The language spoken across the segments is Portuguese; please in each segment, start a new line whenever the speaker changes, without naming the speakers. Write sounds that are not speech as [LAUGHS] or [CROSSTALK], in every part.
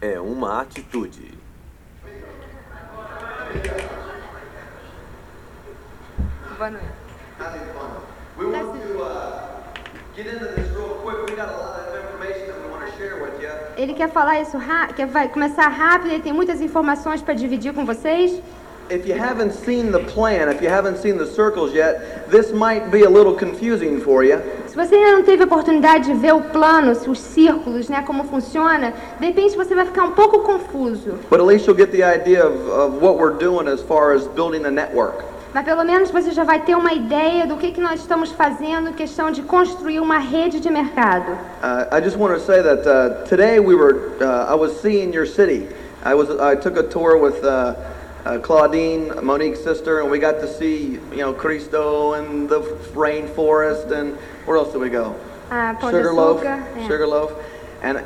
é uma atitude.
Boa noite.
Having fun. We want to uh, get into this real quick. We got a lot of information that we want to share with you.
Ele quer falar isso rápido, quer vai começar rápido, ele tem muitas informações para dividir com vocês.
If you haven't seen the plan, if you haven't seen the circles yet, this might be a little confusing for you.
Se você ainda não teve a oportunidade de ver o plano, os círculos, né, como funciona, de repente você vai ficar um pouco confuso.
But at least you'll get the idea of, of what we're doing as far as building a network.
Mas pelo menos você já vai ter uma ideia do que, que nós estamos fazendo, questão de construir uma rede de mercado.
Uh, I just want to say that uh, today we were, uh, I was seeing your city. I was, I took a tour with uh, uh, Claudine, Monique's sister, and we got to see, you know, Cristo and the rainforest, and where else did we go?
Ah, Pão de
Sugarloaf,
Açúcar, é.
Sugarloaf, and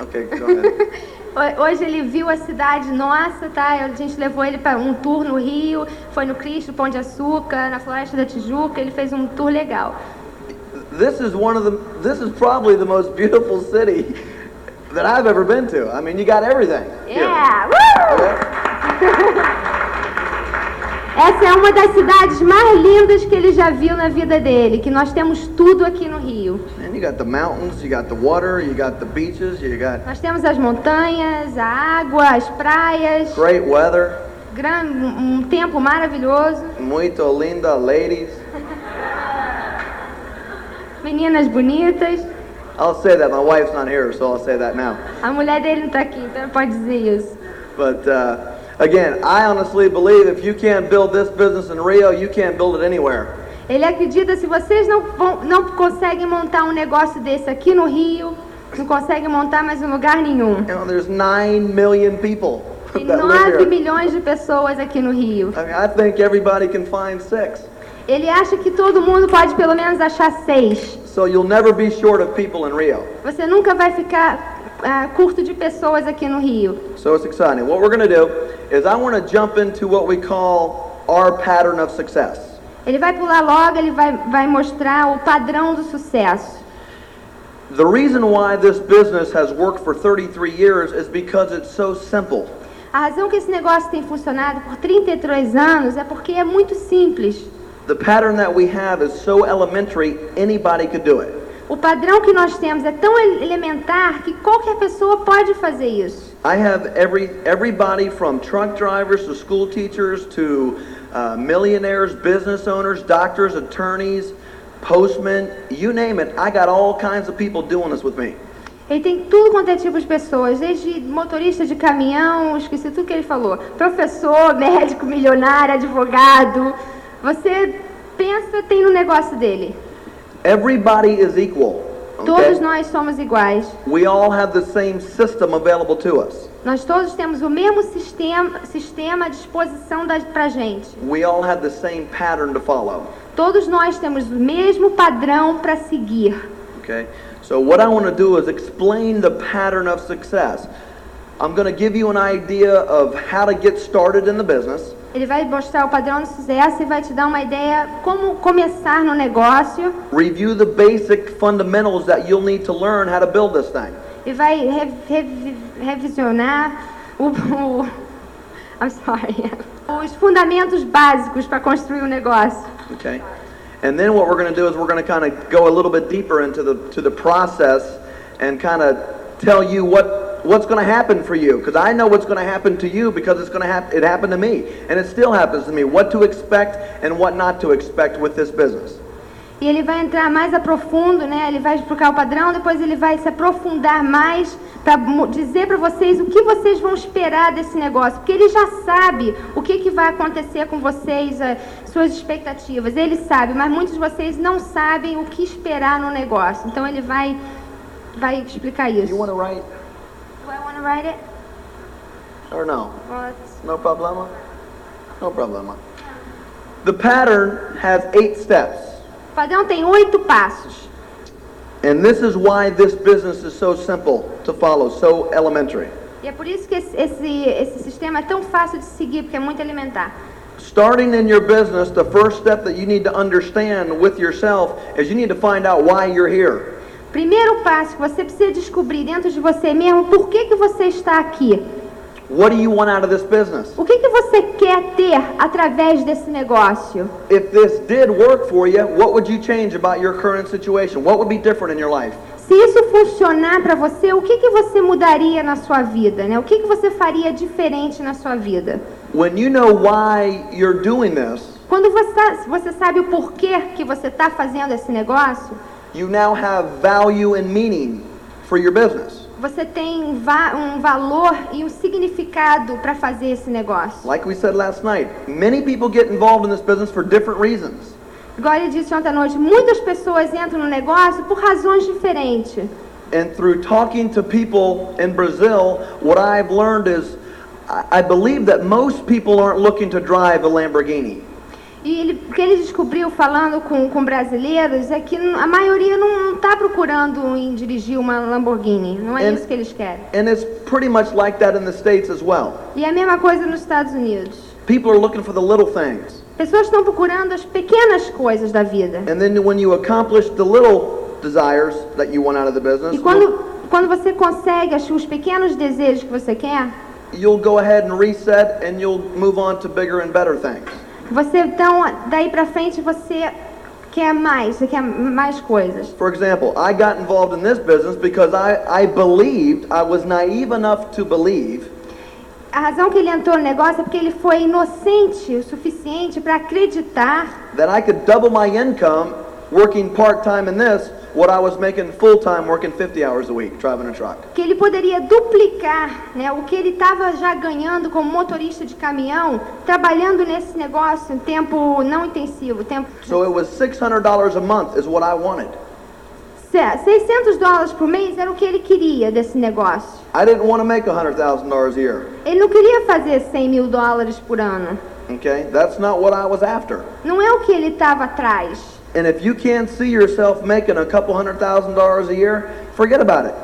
okay, go ahead. [LAUGHS]
Ho- Hoje ele viu a cidade nossa, tá? A gente levou ele para um tour no Rio, foi no Cristo, Pão de Açúcar, na Floresta da Tijuca, ele fez um tour legal.
this is one of the, this is probably the most beautiful city that I've ever been to. I mean, you got everything. here.
Yeah! Woo!
Okay?
Essa é uma das cidades mais lindas que ele já viu na vida dele, que nós temos tudo aqui no Rio.
And you got the mountains, you got the water, you got the beaches, you got
Nós temos as montanhas, a água, as praias,
great weather,
gran- um um tempo maravilhoso,
muito linda ladies.
meninas bonitas.
I'll say that. My wife's not here, so I'll say that now.
A mulher dele não tá aqui, então não pode dizer isso.
But uh, again, I honestly believe if you can't build this business in Rio, you can't build it anywhere.
Ele acredita se vocês não, vão- não conseguem montar um negócio desse aqui no Rio, não conseguem montar mais em lugar nenhum.
You know, there's nine million people [LAUGHS]
Tem
that live
9
here.
milhões de pessoas aqui no Rio.
I mean, I think everybody can find six.
Ele acha que todo mundo pode pelo menos achar seis.
So you'll never be short of people in Rio.
Você nunca vai ficar ah, curto de pessoas aqui no Rio.
So it's exciting. What we're going to do is I want to jump into what we call our pattern of success.
Ele vai pular logo, ele vai, vai mostrar o padrão do sucesso.
The reason why this business has worked for 33 years is because it's so simple.
A razão que esse negócio tem funcionado por 33 anos é porque é muito simples.
The pattern that we have is so elementary, anybody could do it.
O padrão que nós temos é tão ele- elementar que qualquer pessoa pode fazer isso.
I have every everybody from truck drivers to school teachers to uh, millionaires, business owners, doctors, attorneys, postmen, you name it. I got all kinds of people doing this with me.
Ele tem tudo quanto é tipo de pessoas, desde motorista de caminhão, esqueci tudo que ele falou, professor, médico, milionário, advogado. Você pensa, tem no negócio dele.
Everybody is equal.
Todos
Okay?
nós somos iguais.
We all have the same system available to us.
Nós todos temos o mesmo sistema, sistema à disposição da, pra gente.
We all have the same pattern to follow.
Todos nós temos o mesmo padrão para seguir.
Okay? So what I want to do is explain the pattern of success. I'm going to give you an idea of how to get started in the business.
Ele vai mostrar o padrão do sucesso e vai te dar uma ideia como começar no negócio
Review the basic fundamentals that you'll need to learn how to build this thing.
e vai re- revi- revisionar o, o- [LAUGHS] I'm sorry. os fundamentos básicos para construir o negócio.
Okay? And then what we're going to do is we're going to kind of go a little bit deeper into the to the process and kind of tell you what what's going to happen for you because I know what's going to happen to you because it's going to happen it happened to me and it still happens to me what to expect and what not to expect with this business.
E ele vai entrar mais a profundo, né? Ele vai explicar o padrão, depois ele vai se aprofundar mais para dizer para vocês o que vocês vão esperar desse negócio, porque ele já sabe o que, que vai acontecer com vocês, eh, suas expectativas. Ele sabe, mas muitos de vocês não sabem o que esperar no negócio. Então ele vai vai explicar isso.
You want to write
Do I wanna write it?
or no?
Well,
No problema. No problema. The pattern has 8 steps.
O padrão tem oito passos.
And this is why this business is so simple to follow, so elementary.
E é por isso que esse, esse, esse sistema é tão fácil de seguir, porque é muito elementar.
Starting in your business, the first step that you need to understand with yourself is you need to find out why you're here.
Primeiro passo que você precisa descobrir dentro de você mesmo por que, que você está aqui.
What do you want out of this business?
O que, que você quer ter através desse negócio?
If this did work for you, what would you change about your current situation? What would be different in your life?
Se isso funcionar para você, o que, que você mudaria na sua vida? Né? O que, que você faria diferente na sua vida?
When you know why you're doing this,
Quando você, você sabe o porquê que você está fazendo esse negócio,
you now have value and meaning for your business.
você tem va- um valor e um significado para fazer esse negócio.
Like we said last night, many people get involved in this business for different reasons.
Igual ele disse ontem à noite, muitas pessoas entram no negócio por razões diferentes.
And through talking to people in Brazil, what I've learned is I I believe that most people aren't looking to drive a Lamborghini.
E ele- o que ele descobriu falando com, com brasileiros é que n- a maioria não está procurando em dirigir uma Lamborghini. Não é
Ele-
isso que eles querem.
And it's pretty much like that in the States as well.
E é a mesma coisa nos Estados Unidos.
People are looking for the little things.
Pessoas estão procurando as pequenas coisas da vida.
And then when you accomplish the little desires that you want out of the business,
E quando, quando você consegue as- os pequenos desejos que você quer,
you'll go ahead and reset and you'll move on to bigger and better things.
você então daí pra frente você quer mais, você quer mais coisas.
For example, I got involved in this business because I, I believed, I was naive enough to believe
A razão que ele entrou no negócio é porque ele foi inocente o suficiente para acreditar
that I could double my income working part time in this, what I was making full time working 50 hours a week driving a truck.
que ele poderia duplicar, né, o que ele estava já ganhando como motorista de caminhão, trabalhando nesse negócio em tempo não intensivo, tempo
So it was $600 a month is what I wanted.
Se- 600 dólares por mês era o que ele queria desse negócio.
I didn't want to make $100,000 a year.
Ele não queria fazer 100 mil dólares por ano.
Okay? That's not what I was after.
Não é o que ele estava atrás.
And if you can't see yourself making a couple hundred thousand dollars a year, forget about it.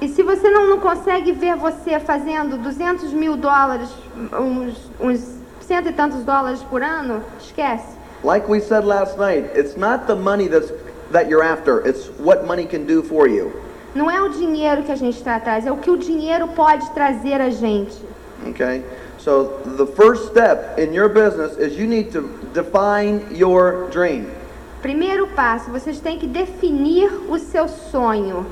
E se você não, não consegue ver você fazendo 200 mil dólares, uns, uns cento e tantos dólares por ano, esquece.
Like we said last night, it's not the money that's that you're after. It's what money can do for you.
Não é o dinheiro que a gente está atrás, é o que o dinheiro pode trazer a gente.
Okay? So the first step in your business is you need to define your dream.
Primeiro passo, vocês têm que definir o seu sonho.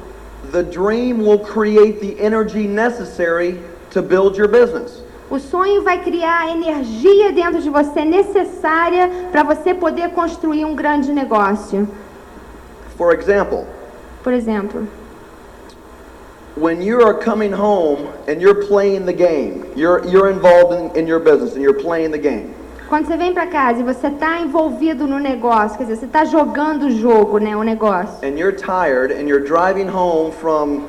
The dream will create the energy necessary to build your business.
O sonho vai criar a energia dentro de você necessária para você poder construir um grande negócio.
For example,
Por exemplo,
when you are coming home and you're playing the game, you're, you're involved in, in your business and you're playing the game.
quando você vem para casa e você está envolvido no negócio, quer dizer, você está jogando o jogo, né, o negócio.
and you're tired and you're driving home from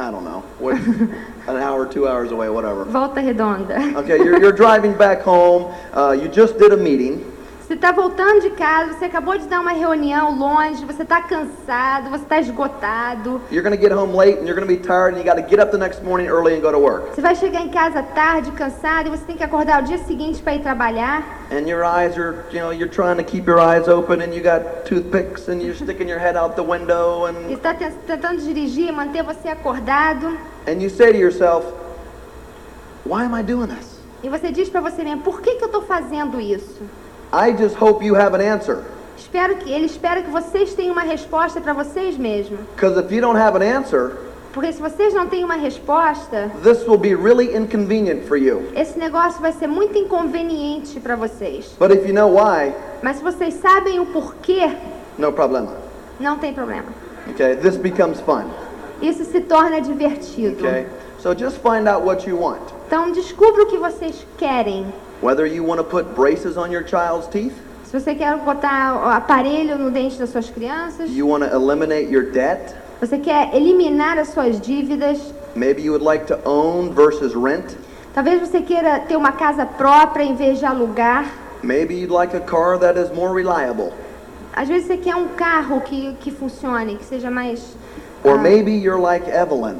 I don't know, what an hour, two hours away, whatever.
Volta redonda.
Okay, you're, you're driving back home. Uh, you just did a meeting,
Você está voltando de casa, você acabou de dar uma reunião longe, você está cansado, você está esgotado.
you're gonna get home late, and you're gonna be tired, and you gotta get up the next morning early and go to work.
Você vai chegar em casa tarde, cansado, e você tem que acordar o dia seguinte para ir trabalhar.
And your eyes are, you know, you're trying to keep your eyes open, and you got toothpicks, and you're sticking your head out the window,
E
and
está te- tentando dirigir, manter você acordado.
and you say to yourself, "Why am I doing this?
E você diz pra você mesmo, por que, que eu tô fazendo isso?
I just hope you have an answer,
Espero que ele espera que vocês tenham uma resposta pra vocês mesmos.
because if you don't have an answer."
Porque se vocês não têm uma resposta,
This will be really inconvenient for you.
esse negócio vai ser muito inconveniente pra vocês.
But if you know why,
Mas se vocês sabem o porquê,
no problema.
não tem problema.
Okay, this becomes fun.
Isso se torna divertido.
Okay? So just find out what you want.
Então descubra o que vocês querem.
Whether you want to put braces on your child's teeth,
Se você quer botar o aparelho no dente das suas crianças,
you want to eliminate your debt,
você quer eliminar as suas dívidas,
maybe you would like to own versus rent,
Talvez você queira ter uma casa própria em vez de alugar.
maybe you'd like a car that is more reliable,
Às vezes você quer um carro que, que funcione, que seja mais.
or
ah,
maybe you're like Evelyn,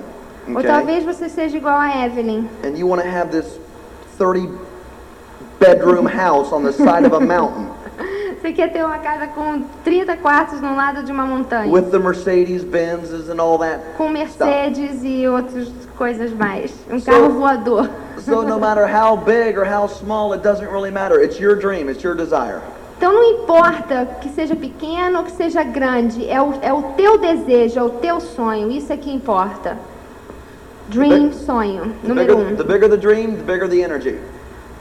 Ou
okay?
talvez você seja igual a Evelyn.
And you want to have this 30 bedroom house on the side of a mountain.
Você quer ter uma casa com 30 quartos num lado de uma montanha.
with the Mercedes Benzes and all that.
com Mercedes e outras coisas mais. Um carro voador.
So no matter how big or how small, it doesn't really matter. It's your dream. It's your desire.
Então não importa que seja pequeno ou que seja grande, é o, é o teu desejo, é o teu sonho, isso é que importa. Dream, sonho,
The
número
bigger, the
um.
bigger the dream, the bigger the energy.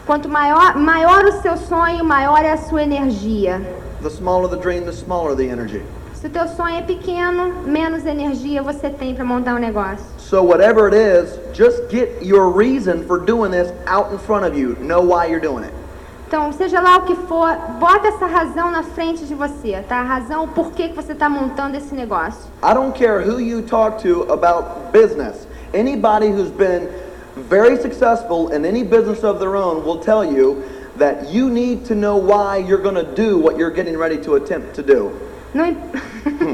Quanto maior, maior o seu sonho, maior é a sua energia.
The smaller the dream, the smaller the energy.
Se o teu sonho é pequeno, menos energia você tem para montar um negócio.
So whatever it is, just get your reason for doing this out in front of you. Know why you're doing it.
Então, seja lá o que for, bota essa razão na frente de você, tá? A razão, o porquê que você está montando esse negócio.
I don't care who you talk to about business. Anybody who's been very successful in any business of their own will tell you that you need to know why you're going to do what you're getting ready to attempt to do.
Não, im- [LAUGHS]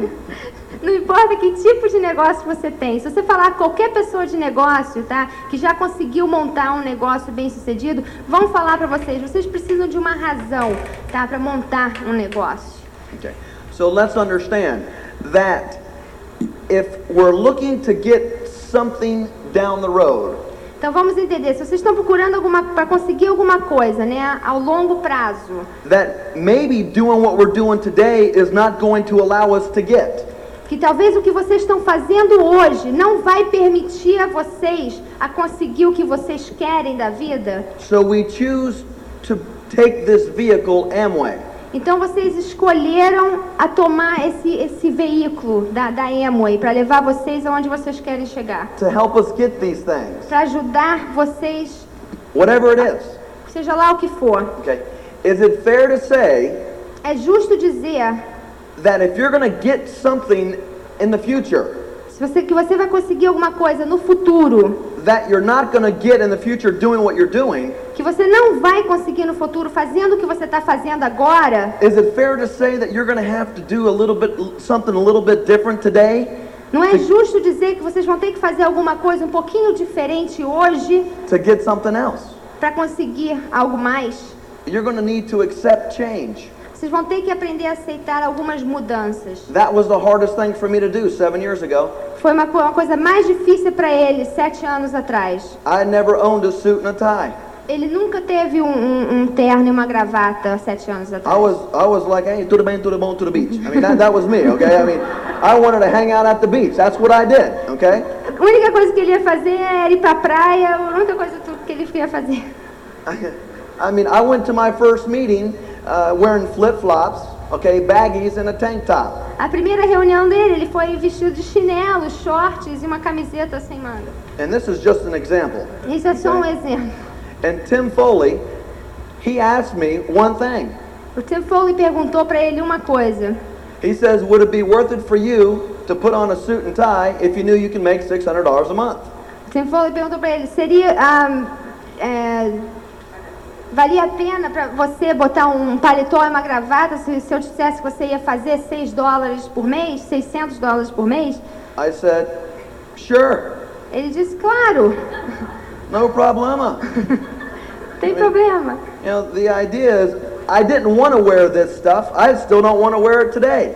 Não importa que tipo de negócio você tem. Se você falar com qualquer pessoa de negócio, tá? Que já conseguiu montar um negócio bem sucedido, vão falar pra vocês. Vocês precisam de uma razão, tá? Pra montar um negócio.
Okay. So let's understand that if we're looking to get something down the road,
Então vamos entender. Se vocês estão procurando alguma para conseguir alguma coisa, né? Ao longo prazo,
that maybe doing what we're doing today is not going to allow us to get.
que talvez o que vocês estão fazendo hoje não vai permitir a vocês a conseguir o que vocês querem da vida.
So we choose to take this vehicle, Amway.
Então vocês escolheram a tomar esse, esse veículo da, da Amway para levar vocês aonde vocês querem chegar.
to help us get these things,
Para ajudar vocês,
whatever it is.
seja lá o que for.
Okay. Is it fair to say
É justo dizer
that if you're going to get something in the future
se você, que você vai conseguir alguma coisa no futuro,
that you're not going to get in the future doing what you're doing,
que você não vai conseguir no futuro fazendo o que você está fazendo agora,
is it fair to say that you're going to have to do a little bit something a little bit different today
não é justo dizer que vocês vão ter que fazer alguma coisa um pouquinho diferente hoje
to get something else?
para conseguir algo mais?
You're going to need to accept change.
Vocês vão ter que aprender a aceitar algumas mudanças.
That was the hardest thing for me to do 7 years ago.
Foi uma, co- uma coisa mais difícil para ele sete anos atrás.
I never owned a suit and a tie.
Ele nunca teve um, um- um terno e uma gravata sete anos
I
atrás.
was I was like, hey, to the band, to the bone, to the beach. I mean, that, that was me, okay? I mean, I wanted to hang out at the beach. That's what I did, okay?
A única coisa que ele ia fazer era ir pra praia, a única coisa tu- que ele ia fazer.
I mean, I went to my first meeting uh, wearing flip flops, okay, baggies, and a tank top.
A primeira reunião dele, ele foi vestido de chinelo, shorts e uma camiseta sem manga.
And this is just an example.
Isso é só um exemplo.
And Tim Foley, he asked me one thing.
O Tim Foley perguntou pra ele uma coisa.
He says, would it be worth it for you to put on a suit and tie if you knew you can make $600 a month?
O Tim Foley perguntou pra ele, seria... ah, é, Valia a pena pra você botar um paletó e uma gravata se, se eu dissesse que você ia fazer 6 dólares por mês, 600 dólares por mês?
I said, sure,
Ele disse, claro,
no problema.
tem problema.
You know, the idea is I didn't want to wear this stuff. I still don't want to wear it today.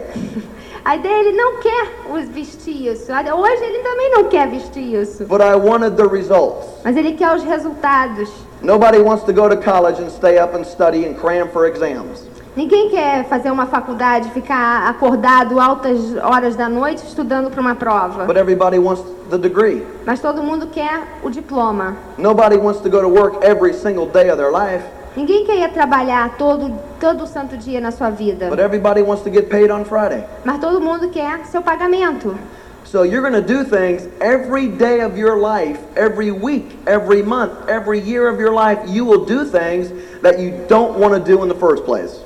A ideia é ele não quer os vestir isso. A- Hoje ele também não quer vestir isso.
But I wanted the results.
Mas ele quer os resultados.
Nobody wants to go to college and stay up and study and cram for exams.
Ninguém quer fazer uma faculdade, ficar acordado altas horas da noite estudando para uma prova.
But everybody wants the degree.
Mas todo mundo quer o diploma.
Nobody wants to go to work every single day of their life.
Ninguém quer ir trabalhar todo, todo santo dia na sua
But
vida.
everybody wants to get paid on Friday.
Mas todo mundo quer seu pagamento.
So you're going to do things every day of your life, every week, every month, every year of your life. You will do things that you don't want to do in the first place.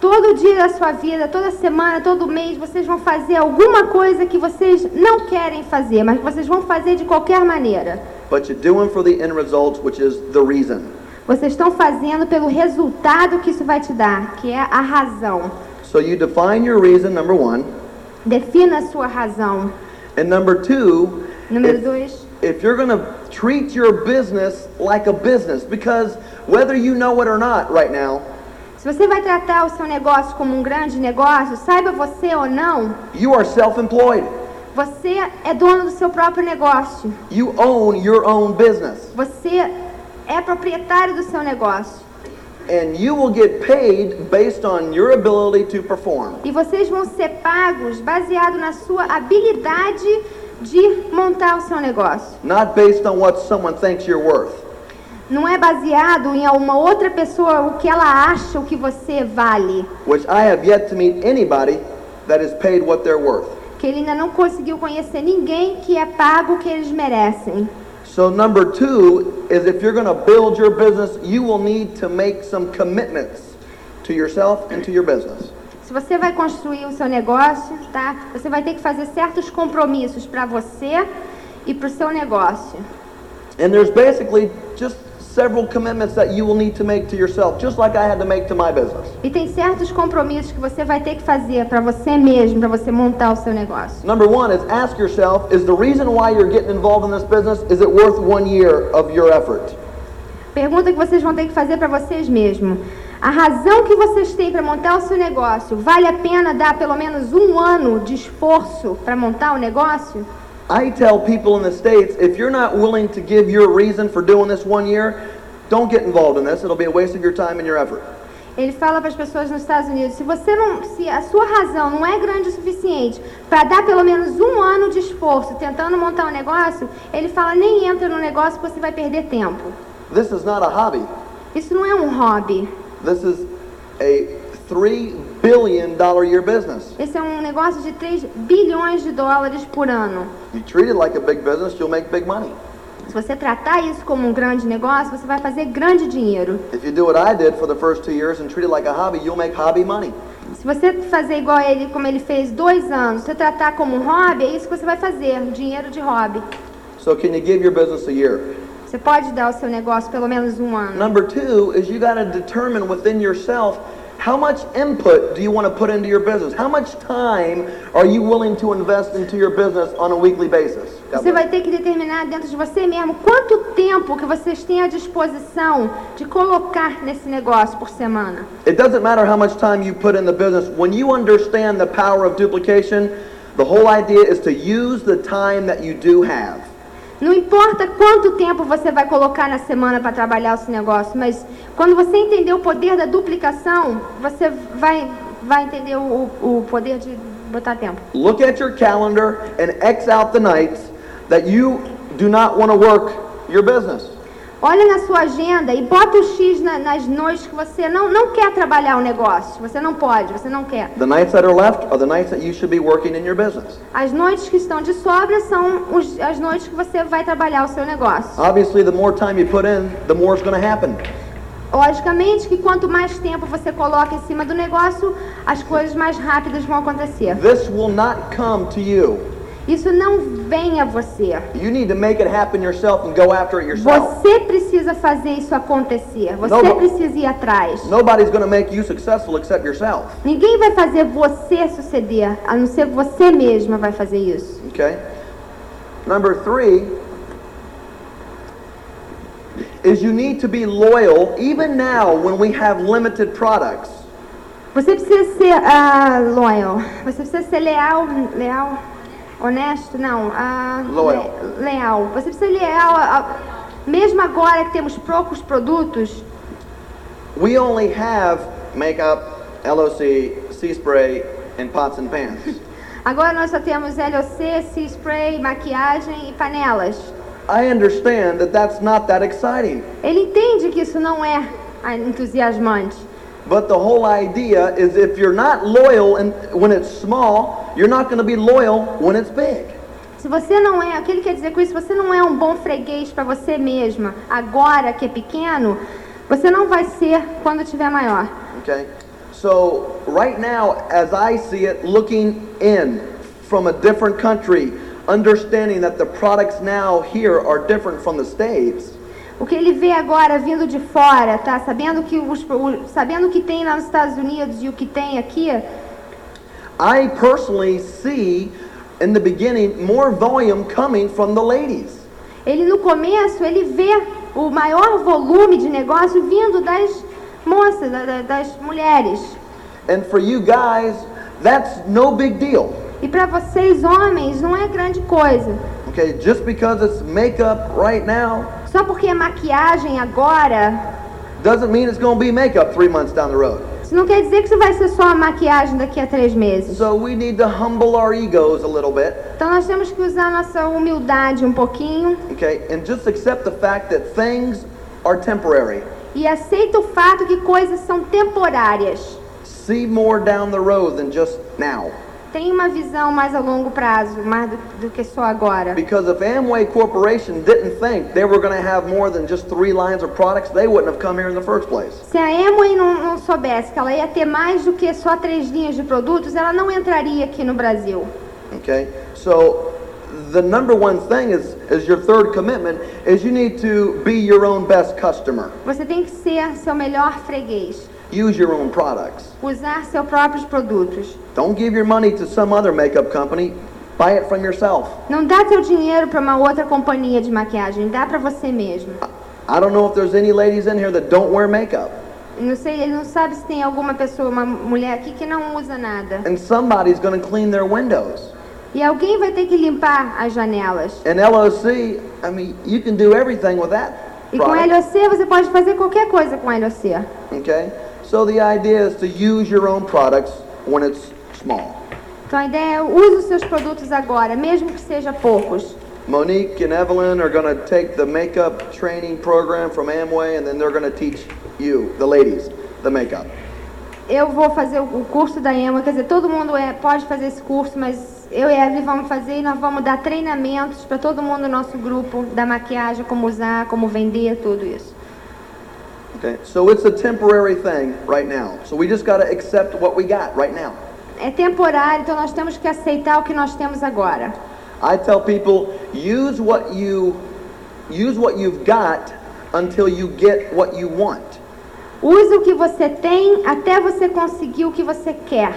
Todo dia da sua vida, toda semana, todo mês, vocês vão fazer alguma coisa que vocês não querem fazer, mas que vocês vão fazer de qualquer maneira.
But you do them for the end results, which is the reason.
Vocês estão fazendo pelo resultado que isso vai te dar, que é a razão.
So you define your reason, number one.
Defina a sua razão.
And number two,
Número
if,
dois,
if you're going to treat your business like a business, because whether you know it or not right now,
se Se você vai tratar o seu negócio como um grande negócio, saiba você ou não,
You are self employed.
você é dono do seu próprio negócio.
You own your own business.
Você é proprietário do seu negócio.
And you will get paid based on your ability to perform.
E vocês vão ser pagos baseado na sua habilidade de montar o seu negócio.
Not based on what someone thinks you're worth.
Não é baseado em uma outra pessoa, o que ela acha, o que você vale.
Which I have yet to meet anybody that is paid what they're worth.
Que ele ainda não conseguiu conhecer ninguém que é pago o que eles merecem.
So number two is if you're going to build your business, you will need to make some commitments to yourself and to your business.
Se você vai construir o seu negócio, tá? Você vai ter que fazer certos compromissos para você e para o seu negócio.
And there's basically just several commitments that you will need to make to yourself, just like I had to make to my business.
E tem certos compromissos que você vai ter que fazer para você mesmo, para você montar o seu negócio.
Number one is ask yourself, is the reason why you're getting involved in this business, is it worth one year of your effort?
Pergunta que vocês vão ter que fazer para vocês mesmos. A razão que vocês têm para montar o seu negócio, vale a pena dar pelo menos um ano de esforço para montar o negócio?
I tell people in the States, if you're not willing to give your reason for doing this one year, don't get involved in this. It'll be a waste of your time and your effort.
Ele fala para as pessoas nos Estados Unidos: se você não, se a sua razão não é grande o suficiente para dar pelo menos um ano de esforço tentando montar um negócio, ele fala nem entra no negócio porque você vai perder tempo.
This is not a hobby.
Isso não é um hobby.
This is a three billion dollar year business.
Esse é um negócio de 3 bilhões de dólares por ano.
You treat it like a big business, you'll make big money.
Se você tratar isso como um grande negócio, você vai fazer grande dinheiro.
If you do what I did for the first two years and treat it like a hobby, you'll make hobby money.
Se você fazer igual a ele, como ele fez dois anos, se você tratar como um hobby, é isso que você vai fazer, dinheiro de hobby.
So can you give your business a year?
Você pode dar ao seu negócio pelo menos um ano.
Number two is you got to determine within yourself how much input do you want to put into your business? How much time are you willing to invest into your business on a weekly basis? God
Você
bless.
vai ter que determinar dentro de você mesmo quanto tempo que vocês têm à disposição de colocar nesse negócio por semana.
It doesn't matter how much time you put in the business. When you understand the power of duplication, the whole idea is to use the time that you do have.
Não importa quanto tempo você vai colocar na semana para trabalhar esse negócio, mas quando você entender o poder da duplicação, você vai, vai entender o, o poder de botar tempo.
Look at your calendar and X out the nights that you do not want to work your business.
Olha na sua agenda e bota o X na- nas noites que você não, não quer trabalhar o negócio. Você não pode, você não quer.
The nights that are left are the nights that you should be working in your business.
As noites que estão de sobra são os- as noites que você vai trabalhar o seu negócio.
Obviously, the more time you put in, the more is going to happen.
Logicamente que quanto mais tempo você coloca em cima do negócio, as coisas mais rápidas vão acontecer.
This will not come to you.
Isso não vem a você.
You need to make it happen yourself and go after it yourself.
Você precisa fazer isso acontecer. Você
Não, não.
precisa ir atrás.
Nobody's going to make you successful except yourself.
Ninguém vai fazer você suceder, a não ser que você mesma vai fazer isso.
Okay? Number three is you need to be loyal even now when we have limited products.
Você precisa ser ah, loyal. Você precisa ser leal, leal, honesto, não. ah,
Loyal.
le- leal. Você precisa ser leal. a- a- mesmo agora que temos poucos produtos,
We only have makeup, LOC, sea spray, and pots and pans. [LAUGHS]
Agora nós só temos LOC, sea spray, maquiagem e panelas.
I understand that that's not that exciting,
Ele entende que isso não é ah, entusiasmante.
but the whole idea is if you're not loyal in, when it's small, you're not going to be loyal when it's big.
Se você não é, o que ele quer dizer com isso, você não é um bom freguês para você mesma. Agora que é pequeno, você não vai ser quando tiver maior.
Okay? So, right now, as I see it, looking in from a different country, understanding that the products now here are different from the States,
O que ele vê agora vindo de fora, tá? Sabendo que os, o, sabendo o que tem lá nos Estados Unidos e o que tem aqui,
I personally see in the beginning more volume coming from the ladies.
ele no começo ele vê o maior volume de negócio vindo das moças, da- da- das mulheres.
And for you guys, that's no big deal.
E para vocês, homens, não é grande coisa.
Okay, just because it's makeup right now
Só porque é maquiagem agora,
doesn't mean it's going to be makeup three months down the road.
isso não quer dizer que isso vai ser só a maquiagem daqui a três meses.
So we need to humble our egos a little bit,
Então nós temos que usar nossa humildade um pouquinho
okay, and just accept the fact that things are temporary.
e aceita o fato que coisas são temporárias.
See more down the road than just now.
Tem uma visão mais a longo prazo, mais do, do que só agora.
Because if Amway Corporation didn't think they were going to have more than just three lines of products, they wouldn't have come here in the first place.
Se a Amway não, não soubesse que ela ia ter mais do que só três linhas de produtos, ela não entraria aqui no Brasil.
Okay? So the number one thing is is your third commitment is you need to be your own best customer.
Você tem que ser seu melhor freguês,
Use your own products.
usar seus próprios produtos.
Don't give your money to some other makeup company. Buy it from yourself.
Não dá seu dinheiro para uma outra companhia de maquiagem, dá para você mesmo.
I don't know if there's any ladies in here that don't wear makeup.
Não sei, ele não sabe se tem alguma pessoa, uma mulher aqui que não usa nada.
And somebody's going to clean their windows.
E alguém vai ter que limpar as janelas.
And LOC, I mean, you can do everything with that.
E com
product.
LOC você pode fazer qualquer coisa com LOC.
Okay? So the idea is to use your own products when it's small.
Então a ideia é use os seus produtos agora, mesmo que seja poucos.
Monique and Evelyn are going to take the makeup training program from Amway and then they're going to teach you, the ladies, the makeup.
Eu vou fazer o- o curso da EMA, quer dizer, todo mundo é- pode fazer esse curso, mas eu e a Evelyn vamos fazer e nós vamos dar treinamentos para todo mundo no nosso grupo da maquiagem, como usar, como vender, tudo isso.
Okay? So it's a temporary thing right now. So we just got to accept what we got right now.
É temporário, então nós temos que aceitar o que nós temos agora.
I tell people use what you use what you've got until you get what you want.
Use o que você tem até você conseguir o que você quer.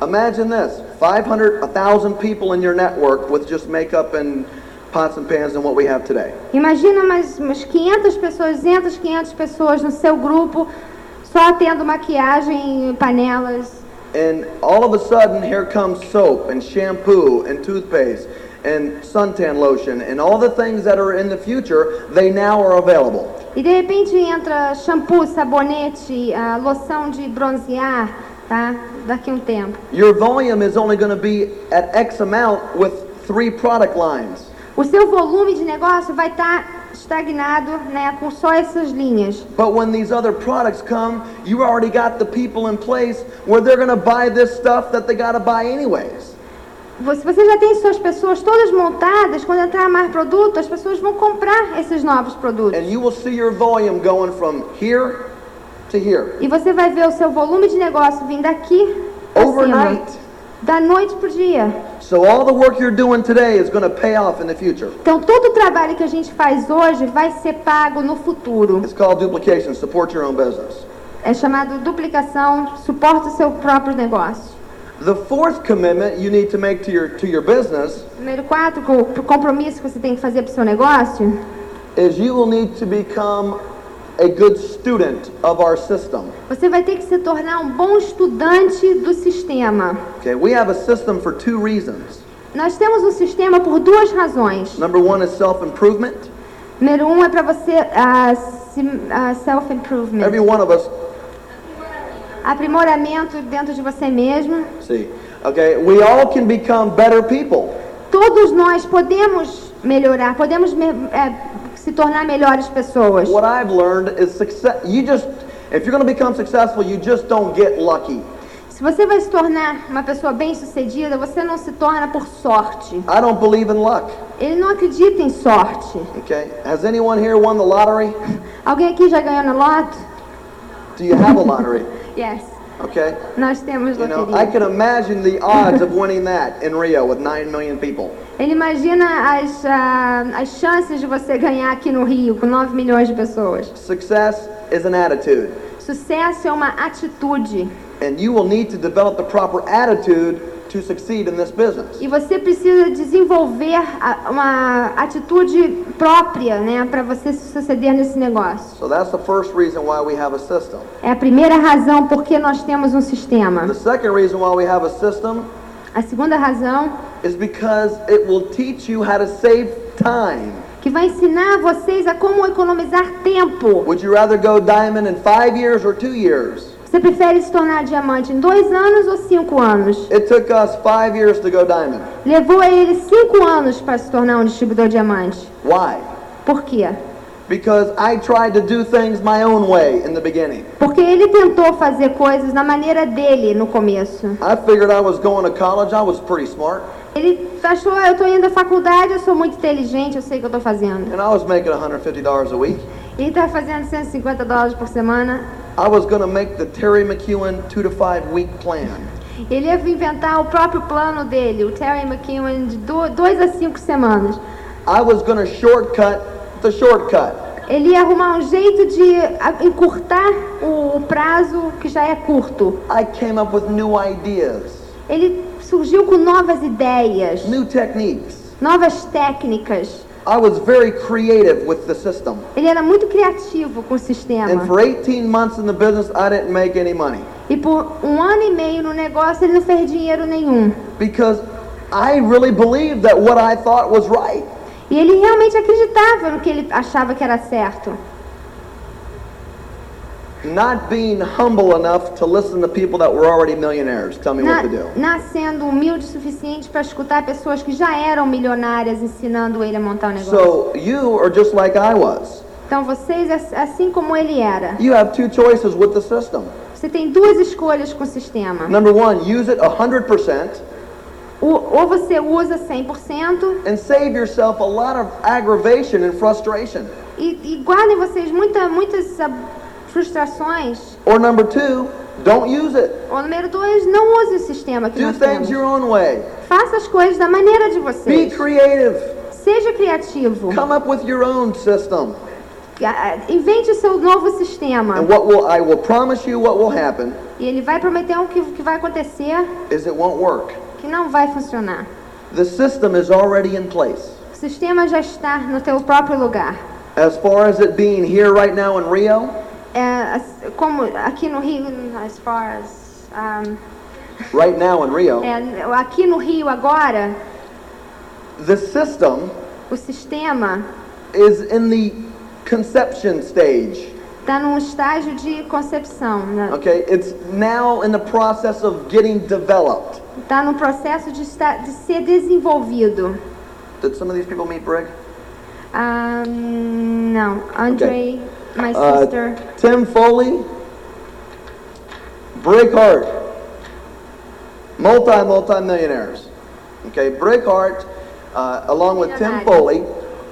Imagine this 500, 1,000 people in your network with just makeup and pots and pans and what we have today.
Imagina umas, umas 500 pessoas, 200, 500 pessoas no seu grupo, só tendo maquiagem, panelas.
And all of a sudden, here comes soap and shampoo and toothpaste and suntan lotion and all the things that are in the future, they now are available.
E de repente entra shampoo, sabonete, ah, loção de bronzear, tá? Daqui a um tempo.
Your volume is only going to be at X amount with three product lines.
O seu volume de negócio vai estar estagnado, né, com só essas linhas.
But when these other products come, you already got the people in place where they're going to buy this stuff that they got to buy anyways.
Você você já tem suas pessoas todas montadas, quando entrar mais produto, as pessoas vão comprar esses novos produtos.
And you will see your volume going from here to here.
E você vai ver o seu volume de negócio vindo daqui pra
Overnight.
cima. da noite pro dia.
So all the work you're doing today is going to pay off in the future.
Então todo o trabalho que a gente faz hoje vai ser pago no futuro.
It's called duplication. Support your own business.
É chamado duplicação, suporta o seu próprio negócio.
The fourth commitment you need to make to your to your business
Número 4, o compromisso que você tem que fazer pro seu negócio
is you will need to become a good student of our system.
você vai ter que se tornar um bom estudante do sistema.
Okay, we have a system for two reasons.
Nós temos um sistema por duas razões.
Number one is self-improvement.
Número um é para você ah, se- ah, self-improvement.
Every one of us
aprimoramento dentro de você mesmo.
see. Okay, we all can become better people.
Todos nós podemos melhorar, podemos me- é, se tornar melhores pessoas.
What I've learned is success. You just, if you're going to become successful, you just don't get lucky.
Se você vai se tornar uma pessoa bem-sucedida, você não se torna por sorte.
I don't believe in luck.
Ele não acredita em sorte.
Okay. Has anyone here won the lottery?
Alguém aqui já ganhou no loto?
Do you have a lottery?
Yes.
Okay.
Nós temos
You know, I
loteria.
can imagine the odds of winning that in Rio with nine million people.
Ele imagina as, ah, as chances de você ganhar aqui no Rio, com 9 milhões de pessoas.
Success is an attitude,
Sucesso é uma atitude.
and you will need to develop the proper attitude to succeed in this business.
E você precisa desenvolver a- uma atitude própria, né, para você se suceder nesse negócio.
So that's the first reason why we have a system.
É a primeira razão por que nós temos um sistema.
The second reason why we have a system
A segunda razão
is because it will teach you how to save time.
que vai ensinar vocês a como economizar tempo.
Would you rather go diamond in five years or two years?
Você prefere se tornar diamante em dois anos ou cinco anos?
It took us five years to go diamond.
Levou a ele cinco anos para se tornar um distribuidor diamante.
Why?
Por quê?
Because I tried to do things my own way in the beginning.
Porque ele tentou fazer coisas na maneira dele no começo.
I figured I was going to college. I was pretty smart.
Ele achou, "Ah, eu tô indo à faculdade, eu sou muito inteligente, eu sei o que eu tô fazendo.
And I was making $150 a week.
Ele tá fazendo 150 dólares por semana.
I was going to make the Terry McEwen two to five week plan.
Ele ia inventar o próprio plano dele, o Terry McKeown, de do- dois a cinco semanas.
I was going to shortcut the shortcut.
Ele ia arrumar um jeito de a- encurtar o o prazo que já é curto.
I came up with new ideas,
Ele surgiu com novas ideias,
new techniques.
novas técnicas.
I was very creative with the system.
Ele era muito criativo com o
And
sistema.
for 18 months in the business, I didn't make any money
E por um ano e meio no negócio ele não fez dinheiro nenhum.
because I really believed that what I thought was right.
E ele realmente acreditava no que ele achava que era certo.
Not being humble enough to listen to people that were already millionaires tell me
Na,
what to do.
nascendo humilde o suficiente para escutar pessoas que já eram milionárias ensinando ele a montar o negócio.
So you are just like I was.
Então vocês, ass- assim como ele era,
You have two choices with the system.
você tem duas escolhas com o sistema.
Number one, use it 100%
O- ou você usa 100%
and save yourself a lot of aggravation and frustration.
e, e guardem vocês muita, muitas ah, frustrações.
Or number two, don't use it.
O número dois, não use o sistema que
Do
nós
things
temos.
your own way.
Faça as coisas da maneira de
Be
vocês.
creative.
Seja criativo.
Come up with your own system.
Ah, Invente o seu novo
And
sistema.
what will I will promise you what will happen
E ele vai prometer um que, que vai acontecer
is it won't work.
que não vai funcionar.
The system is already in place.
O sistema já está no teu próprio lugar.
As far as it being here right now in Rio,
É, as- como aqui no Rio, as far as, um,
right now in Rio,
é, aqui no Rio agora,
the system
o sistema
is in the conception stage.
está tá num estágio de concepção, né?
Okay, it's now in the process of getting developed.
está Tá num processo de, esta- de ser desenvolvido.
Did some of these people meet Brig?
Ah, não, Andre, my sister,
Uh, Tim Foley, Brickhart, multi multi millionaires. Okay, Brickhart, uh, along with Tim Foley,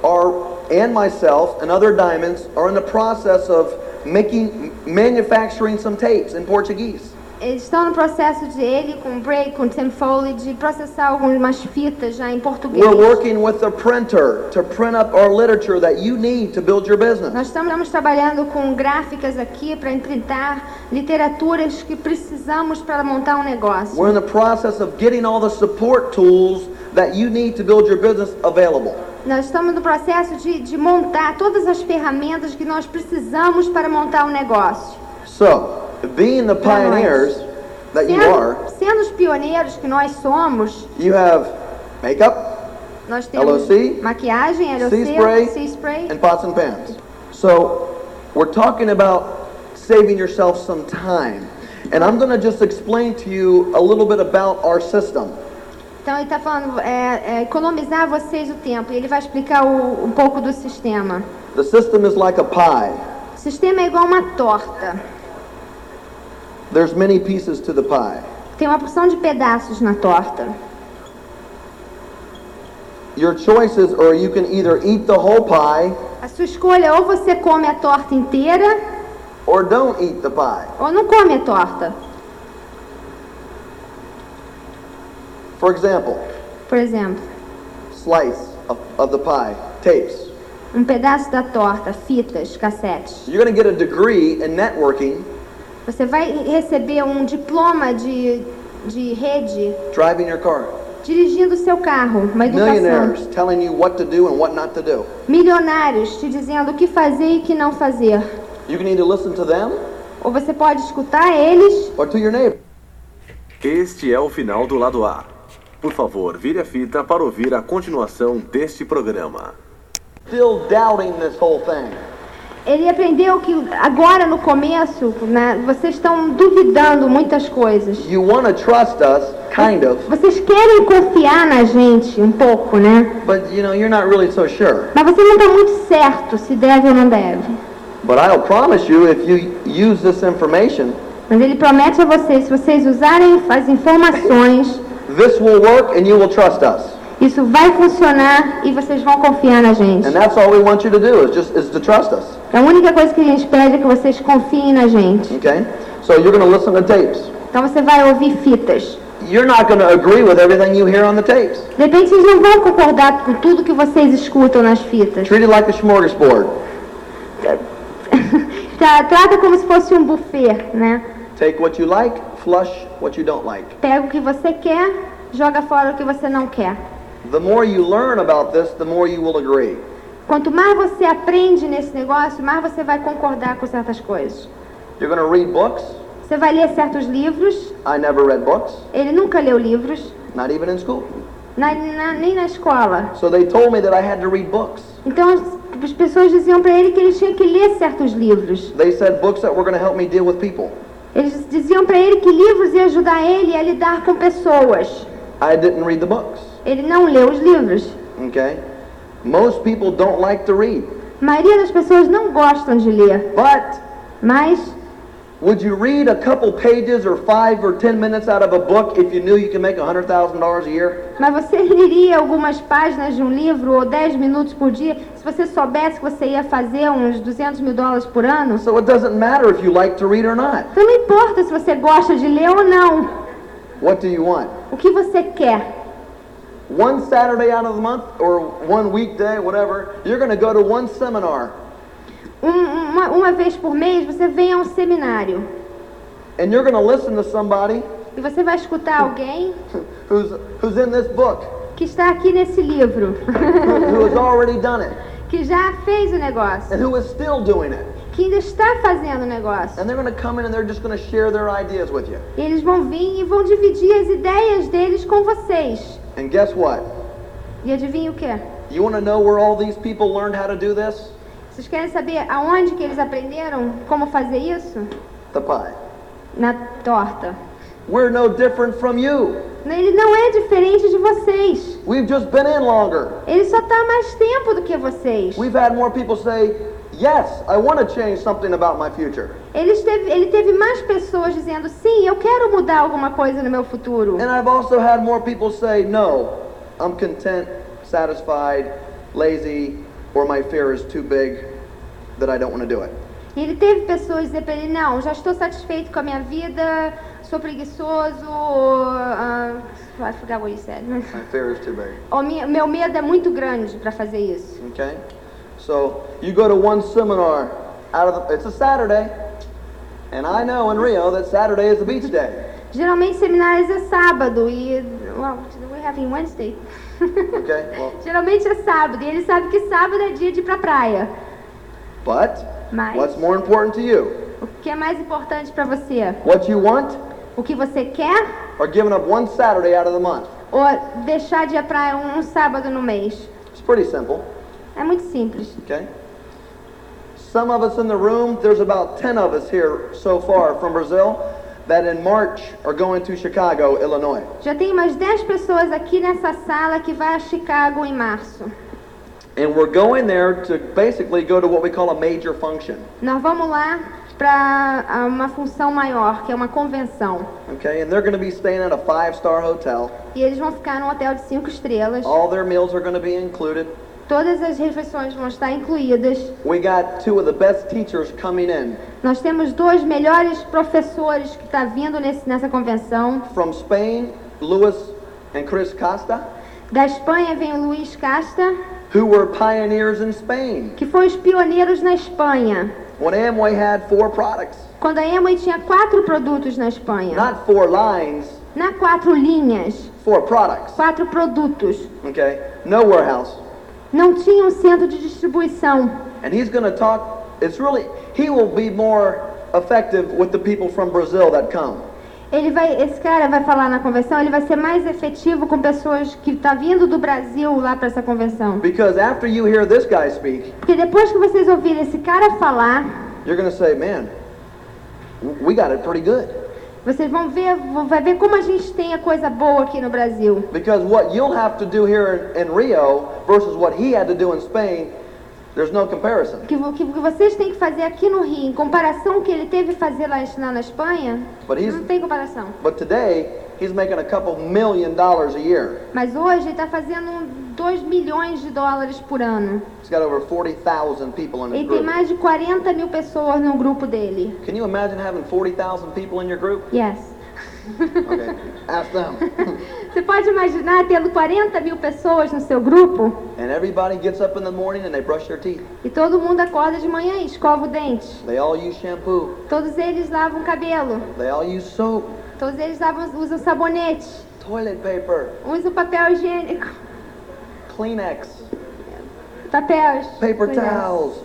are and myself and other diamonds are in the process of making manufacturing some tapes in Portuguese.
eles estão no processo de ele com o Bray, com o Tim Foley, de processar algumas fitas já em português.
We're working with a printer to print up our literature that you need to build your business.
Nós estamos trabalhando com gráficas aqui para imprintar literaturas que precisamos para montar um negócio.
We're in the process of getting all the support tools that you need to build your business available.
Nós estamos no processo de, de montar todas as ferramentas que nós precisamos para montar um negócio.
So, being the pioneers that you
Sendo,
are,
sendo os pioneiros que nós somos,
you have makeup
nós temos
LOC,
maquiagem, LOC,
sea spray,
sea spray.
and pots and pans. So, we're talking about saving yourself some time. And I'm going to just explain to you a little bit about our system.
Então ele está falando é, é, economizar vocês o tempo. E ele vai explicar o- um pouco do sistema.
The system is like a pie.
O sistema é igual uma torta.
There's many pieces to the pie.
Tem uma porção de pedaços na torta.
Your choices are you can either eat the whole pie
A sua escolha é ou você come a torta inteira
or don't eat the pie.
ou não come a torta.
For example,
Por exemplo,
slice of, of the pie, tapes.
um pedaço da torta, fitas, cassetes.
You're going to get a degree in networking
Você vai receber um diploma de de rede,
driving your car.
dirigindo o seu carro, uma educação.
Millionaires telling you what to do and what not to do.
Milionários te dizendo o que fazer e o que não fazer.
You can either listen to them
Ou você pode escutar eles.
or to your neighbor.
Este é o final do lado A. Por favor, vire a fita para ouvir a continuação deste programa.
Still doubting this whole thing.
Ele aprendeu que agora no começo, né, vocês estão duvidando muitas coisas.
You want to trust us, kind of,
Vocês querem confiar na gente um pouco, né?
but you know, you're not really so sure.
Mas você não está muito certo se deve ou não deve.
But I'll promise you, if you use this information,
Mas ele promete a vocês, se vocês usarem as informações,
this will work and you will trust us.
isso vai funcionar e vocês vão confiar na gente.
And that's all we want you to do is just is to trust us.
A única coisa que a gente pede é que vocês confiem na gente.
Okay? So you're going to listen to tapes.
Então você vai ouvir fitas.
You're not going to agree with everything you hear on the tapes.
De repente vocês não vão concordar com tudo que vocês escutam nas fitas.
Treat it like a smorgasbord.
Tra- Trata como se fosse um buffet, né?
Take what you like, flush what you don't like.
Pega o que você quer, joga fora o que você não quer.
The more you learn about this, the more you will agree.
Quanto mais você aprende nesse negócio, mais você vai concordar com certas coisas.
You're going to read books.
Você vai ler certos livros.
I never read books,
Ele nunca leu livros,
not even in school.
na- na- nem na escola.
So they told me that I had to read books.
Então as, as pessoas diziam para ele que ele tinha que ler certos livros.
They said books that were going to help me deal with people.
Eles diziam para ele que livros ia ajudar ele a lidar com pessoas.
I didn't read the books.
Ele não leu os livros.
Okay? Most people don't like to read.
A maioria das pessoas não gostam de ler,
But
mas
would you read a couple pages or five or ten minutes out of a book if you knew you could make $100,000 a year?
mas você [LAUGHS] leria algumas páginas de um livro ou 10 minutos por dia se você soubesse que você ia fazer uns 200 mil dólares por ano?
So it doesn't matter if you like to read or not.
Então não importa se você gosta de ler ou não.
What do you want?
O que você quer?
One Saturday out of the month or one weekday, whatever, you're going to go to one seminar
Um- uma, uma vez por mês você vem a um seminário
and you're going to listen to somebody
e você vai escutar alguém
who's, who's in this book,
que está aqui nesse livro, [LAUGHS]
who, who has already done it,
que já fez o negócio,
and who is still doing it.
que ainda está fazendo o negócio.
And they're going to come in and they're just going to share their ideas with you.
E eles vão vir e vão dividir as ideias deles com vocês.
And guess what?
E adivinha o quê?
You want to know where all these people learned how to do this?
Vocês querem saber aonde que eles aprenderam como fazer isso?
The pie.
Na torta.
We're no different from you.
Ele não é diferente de vocês.
We've just been in longer.
Ele só está mais tempo do que vocês.
We've had more people say, Yes, I want to change something about my future.
Ele teve, ele teve mais pessoas dizendo sim, eu quero mudar alguma coisa no meu futuro.
And I've also had more people say, No, I'm content, satisfied, lazy, or my fear is too big that I don't want to do it.
E ele teve pessoas dizer para ele não, já estou satisfeito com a minha vida, sou preguiçoso. ah, I forgot what you [LAUGHS] said.
My fear is too big.
O mi- meu medo é muito grande para fazer isso.
Okay? So you go to one seminar out of the, it's a Saturday, and I know in Rio that Saturday is the beach day.
Geralmente seminários é sábado e well, we have in Wednesday.
Okay? Well,
[LAUGHS] Geralmente é sábado e ele sabe que sábado é dia de ir para praia.
but
Mas
what's more important to you?
o que é mais importante para você?
What you want
O que você quer
or giving up one Saturday out of the month?
ou deixar de ir pra um, um sábado no mês.
It's pretty simple.
É muito simples.
Okay? Some of us in the room, there's about 10 of us here so far from Brazil that in March are going to Chicago, Illinois.
Já tem umas 10 pessoas aqui nessa sala que vai a Chicago em março.
And we're going there to basically go to what we call a major function.
Nós vamos lá para uma função maior, que é uma convenção.
Okay, and they're going to be staying at a five-star hotel.
E eles vão ficar num hotel de 5 estrelas.
All their meals are going to be included.
Todas as refeições vão estar incluídas.
We got two of the best teachers coming in
Nós temos dois melhores professores que estão vindo nesse, nessa convenção.
from Spain, Luis and Chris Costa,
Da Espanha vem o Luiz Casta,
who were pioneers in Spain
que foi os pioneiros na Espanha.
when Amway had four products,
Quando a Emily tinha quatro produtos na Espanha.
not four lines,
Na quatro linhas,
for products.
quatro produtos,
Okay? No warehouse.
não tinha um centro de distribuição.
And he's going to talk. It's really, he will be more effective with the people from Brazil that come.
Ele vai, esse cara vai falar na convenção, ele vai ser mais efetivo com pessoas que tá vindo do Brasil lá para essa convenção.
Because after you hear this guy speak,
Porque depois que vocês ouvirem esse cara falar,
you're going to say, man, w- we got it pretty good.
vocês vão ver, vão- vai ver como a gente tem a coisa boa aqui no Brasil.
Because what you'll have to do here in, in Rio versus what he had to do in Spain, there's no comparison.
Que, vo- que vocês têm que fazer aqui no Rio, em comparação com o que ele teve que fazer lá, lá na Espanha,
But he's-
não tem comparação.
But today, he's making a couple million dollars a year.
Mas hoje ele está fazendo 2 milhões de dólares por ano.
He's got over 40,000 people in his
Ele tem
group.
mais de 40 mil pessoas no grupo dele.
Can you imagine having 40,000 people in your group?
Yes.
Okay, [LAUGHS] ask them.
Você pode imaginar tendo 40 mil pessoas no seu grupo
And everybody gets up in the morning and they brush their teeth.
e todo mundo acorda de manhã e escova o dente.
They all use shampoo.
Todos eles lavam o cabelo,
They all use soap,
todos eles lavam, usam sabonete,
toilet paper,
usam papel higiênico, [LAUGHS]
Kleenex,
papéis. é.
paper
coisas.
towels,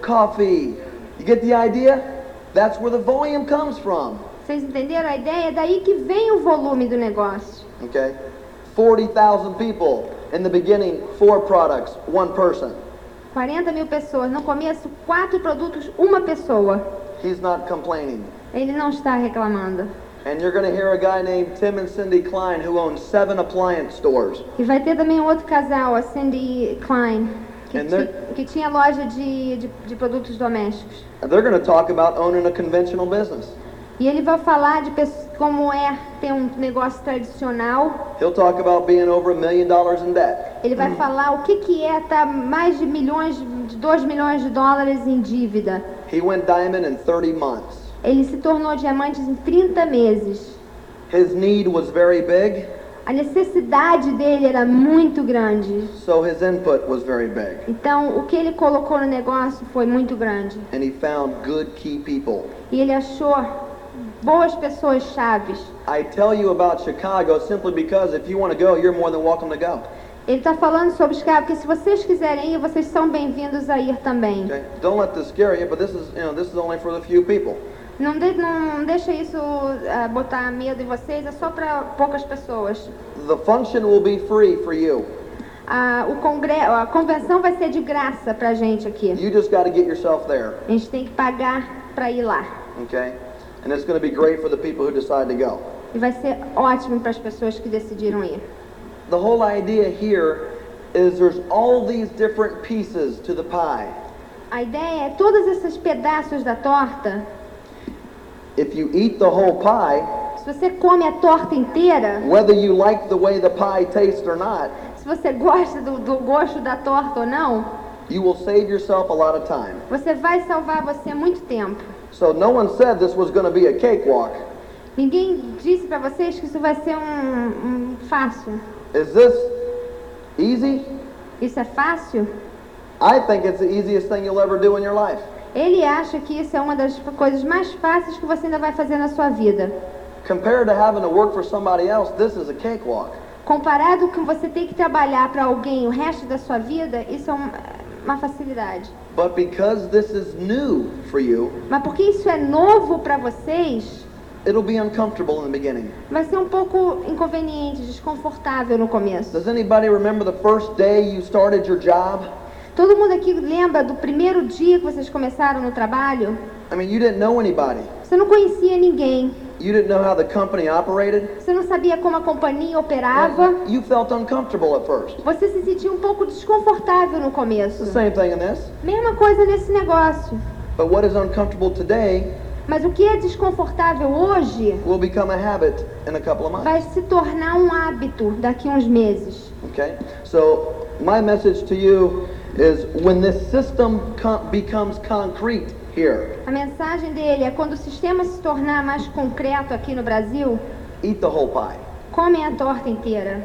coffee. You get the idea? That's where the volume comes from.
Vocês entenderam a ideia? É daí que vem o volume do negócio.
Okay? 40,000 people in the beginning, four products, one person.
40 mil pessoas. No começo, quatro produtos, uma pessoa.
He's not complaining.
Ele não está reclamando.
And you're going to hear a guy named Tim and Cindy Klein who owns seven appliance stores.
E vai ter também um outro casal, a Cindy Klein, que,
And
ti-
they're-
que tinha loja de, de, de produtos domésticos.
And They're going to talk about owning a conventional business.
E ele vai falar de pes- como é ter um negócio tradicional.
He'll talk about being over a million dollars in debt.
Ele vai falar o que, que é estar mais de milhões, de 2 milhões de dólares em dívida.
He went diamond in 30 months.
Ele se tornou diamantes em 30 meses.
His need was very big,
A necessidade dele era muito grande.
so his input was very big.
Então, o que ele colocou no negócio foi muito grande.
And he found good key people.
E ele achou boas pessoas chaves.
I tell you about Chicago simply because if you want to go, you're more than welcome to go.
Ele está falando sobre Chicago, porque se vocês quiserem ir, vocês são bem-vindos a ir também.
Okay? Don't let this scare you, but this is, you know, this is only for the few people.
Não, de- não deixa isso ah, botar medo em vocês, é só para poucas pessoas.
The function will be free for you.
Ah, o congre- a convenção vai ser de graça para a gente aqui.
You just got to get yourself there,
A gente tem que pagar para ir lá.
okay? And it's going to be great for the people who decide to go.
E vai ser ótimo para as pessoas que decidiram ir.
The whole idea here is there's all these different pieces to the pie.
A ideia é todos esses pedaços da torta,
If you eat the whole pie,
se você come a torta inteira,
whether you like the way the pie tastes or not,
se você gosta do, do gosto da torta ou não,
you will save yourself a lot of time.
você vai salvar você muito tempo.
So no one said this was going to be a cakewalk.
Ninguém disse para vocês que isso vai ser um, um fácil.
Is this easy?
Isso é fácil?
I think it's the easiest thing you'll ever do in your life.
Ele acha que isso é uma das coisas mais fáceis que você ainda vai fazer na sua vida.
Compared to having to work for somebody else, this is a cakewalk.
Comparado com você ter que trabalhar para alguém o resto da sua vida, isso é um- uma facilidade.
But because this is new for you,
Mas porque isso é novo para vocês,
it'll be uncomfortable in the beginning.
vai ser um pouco inconveniente, desconfortável no começo.
Does anybody remember the first day you started your job?
Todo mundo aqui lembra do primeiro dia que vocês começaram no trabalho?
I mean, you didn't know anybody.
Você não conhecia ninguém,
You didn't know how the company operated.
você não sabia como a companhia operava,
You felt uncomfortable at first.
você se sentia um pouco desconfortável no
It's the
começo.
same thing in this.
Mesma coisa nesse negócio.
But what is uncomfortable today
Mas o que é desconfortável hoje
will become a habit in a couple of months.
vai se tornar um hábito daqui a uns meses.
Okay? So, my message to you is when this system com- becomes concrete here,
A mensagem dele é quando o sistema se tornar mais concreto aqui no Brasil,
eat the whole pie.
comem a torta inteira.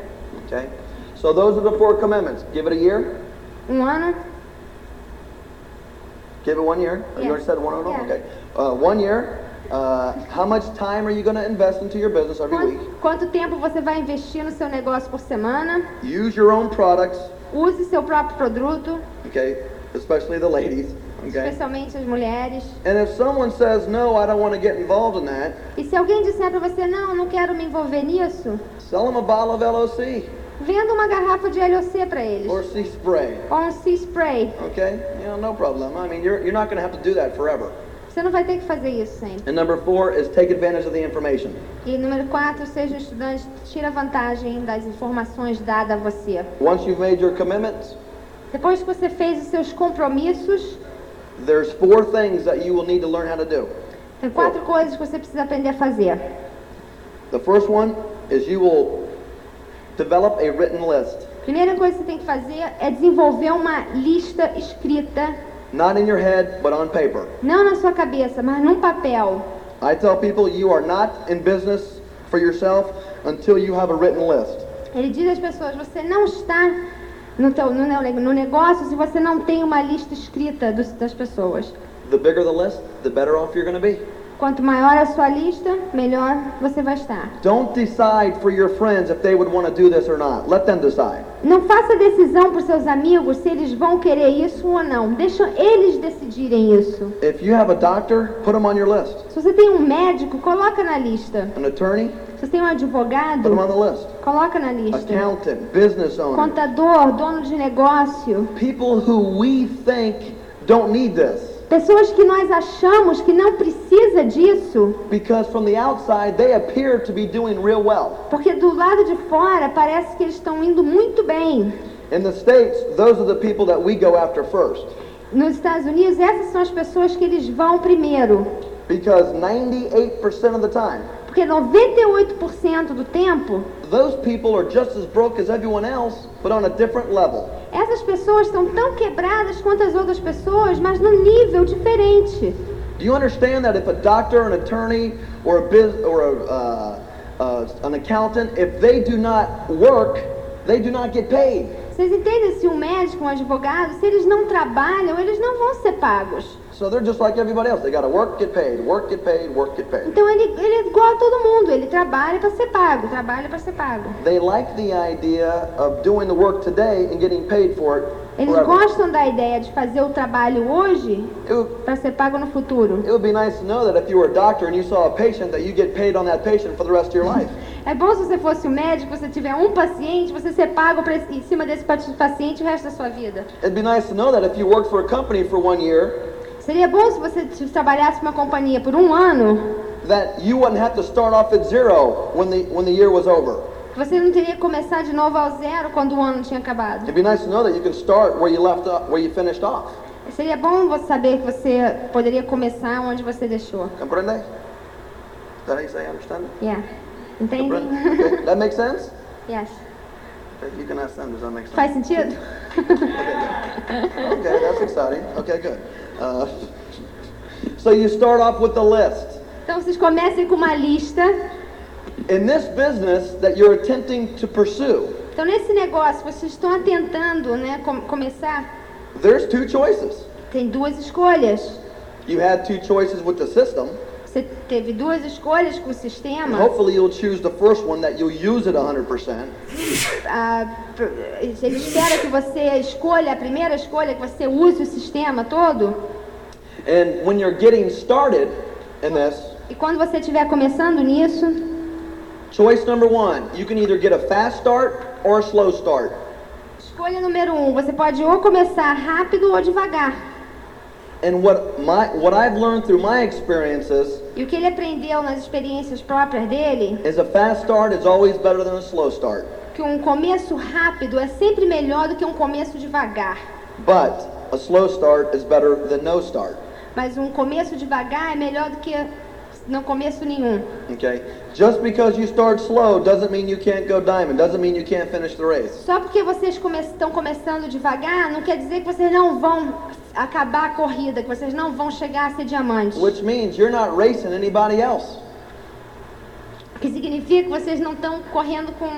Okay? So, those are the four commandments. Give it a year.
Um ano,
Give it one year. You
Yeah.
already said one of them?
Yeah.
Okay. Uh, one year. Uh, how much time are you going to invest into your business every week?
Quanto, quanto tempo você vai investir no seu negócio por semana?
Use your own products,
Use seu próprio produto,
okay, especially the ladies, okay?
especialmente as mulheres.
And if someone says, no, I don't want to get involved in that,
E se alguém disser para você, não, não quero me envolver nisso,
sell them a bottle of LOC
venda uma garrafa de LOC para eles.
or sea spray,
Ou um sea spray.
okay? You know, no problem. I mean, you're, you're not going to have to do that forever.
Você não vai ter que fazer isso sempre.
And number four is take advantage of the information.
E número 4, seja um estudante, tira vantagem das informações dadas a você.
Once you've made your commitments,
Depois que você fez os seus compromissos,
there's four things that you will need to learn how to do.
tem quatro coisas que você precisa aprender a fazer.
The first one is you will develop a written list,
Primeira coisa que você tem que fazer é desenvolver uma lista escrita,
not in your head, but on paper.
não na sua cabeça, mas num papel.
I tell people you are not in business for yourself until you have a written list.
Ele diz às pessoas: você não está no, teu, no, ne- no negócio se você não tem uma lista escrita dos- das pessoas.
The bigger the list, the better off you're going to be.
Quanto maior a sua lista, melhor você vai estar.
Don't decide for your friends if they would want to do this or not. Let them decide.
Não faça decisão para os seus amigos se eles vão querer isso ou não. Deixa eles decidirem isso.
If you have a doctor, put them on your list.
Se você tem um médico, coloca na lista.
An attorney,
Se você tem um
put them on
advogado,
the list.
coloca na lista.
Accountant, business owner.
Contador, dono de negócio.
People who we think don't need this
Pessoas que nós achamos que não precisa disso,
because from the outside they appear to be doing real well.
porque do lado de fora parece que eles estão indo muito bem.
In the States, those are the people that we go after first
Nos Estados Unidos, essas são as pessoas que eles vão primeiro.
because 98% of the time,
Porque 98% do tempo,
those people are just as broke as everyone else, but on a different level.
Essas pessoas estão tão quebradas quanto as outras pessoas, mas num nível diferente.
Do you understand that if a doctor, an attorney, or a biz, or a, uh, uh, an accountant, if they do not work, they do not get paid.
Vocês entendem se um médico, um advogado, se eles não trabalham, eles não vão ser pagos.
So they're just like everybody else. They got to work, get paid, work, get paid, work, get paid.
Então ele, ele é igual a todo mundo, ele trabalha para ser pago, trabalha para ser pago.
They like the idea of doing the work today and getting paid for it
Eles
forever.
gostam da ideia de fazer o trabalho hoje
It would,
para ser pago no futuro.
it would be nice to know that if you were a doctor and you saw a patient, that you get paid on that patient for the rest of your life.
É bom se você fosse um médico, você tiver um paciente, você ser pago pra esse- em cima desse pa- paciente o resto da sua vida.
It'd be nice to know that if you worked for a company for one year,
Seria bom se você t- trabalhasse numa companhia por um ano
that you wouldn't have to start off at zero when the when the year was over.
Você não teria que começar de novo ao zero quando o ano tinha acabado.
It'd be nice to know that you can start where you left off, where you finished off.
Seria bom você saber que você poderia começar onde você deixou.
Comprende? Is that how you say? Understand?
Yeah. Entende?
Comprende? Okay, that makes sense.
yes.
You can ask them. Does that make sense?
Faz sentido?
Okay, that's exciting. Okay, good. Uh, [LAUGHS] so you start off with the list.
Então vocês comecem com uma lista.
In this business that you're attempting to pursue,
Então nesse negócio vocês estão tentando, né, com- começar.
there's two choices.
Tem duas escolhas.
You had two choices with the system.
Você teve duas escolhas com o sistema.
And hopefully you'll choose the first one that you'll use it 100%.
Ah, pr- ele espera que você escolha a primeira escolha, que você use o sistema todo.
And when you're getting started in this,
E quando você estiver começando nisso,
choice number one, you can either get a fast start or a slow start.
Escolha número um, você pode ou começar rápido ou devagar.
And what my what I've learned through my experiences
E o que ele aprendeu nas experiências próprias dele,
is a fast start is always better than a slow start.
que um começo rápido é sempre melhor do que um começo devagar.
But a slow start is better than no start.
Mas um começo devagar é melhor do que não começo nenhum.
Okay? Just because you start slow doesn't mean you can't go diamond, doesn't mean you can't finish the race.
Só porque vocês come- estão começando devagar, não quer dizer que vocês não vão acabar a corrida, que vocês não vão chegar a ser diamantes.
Which means you're not racing anybody else.
O que significa que vocês não estão correndo com.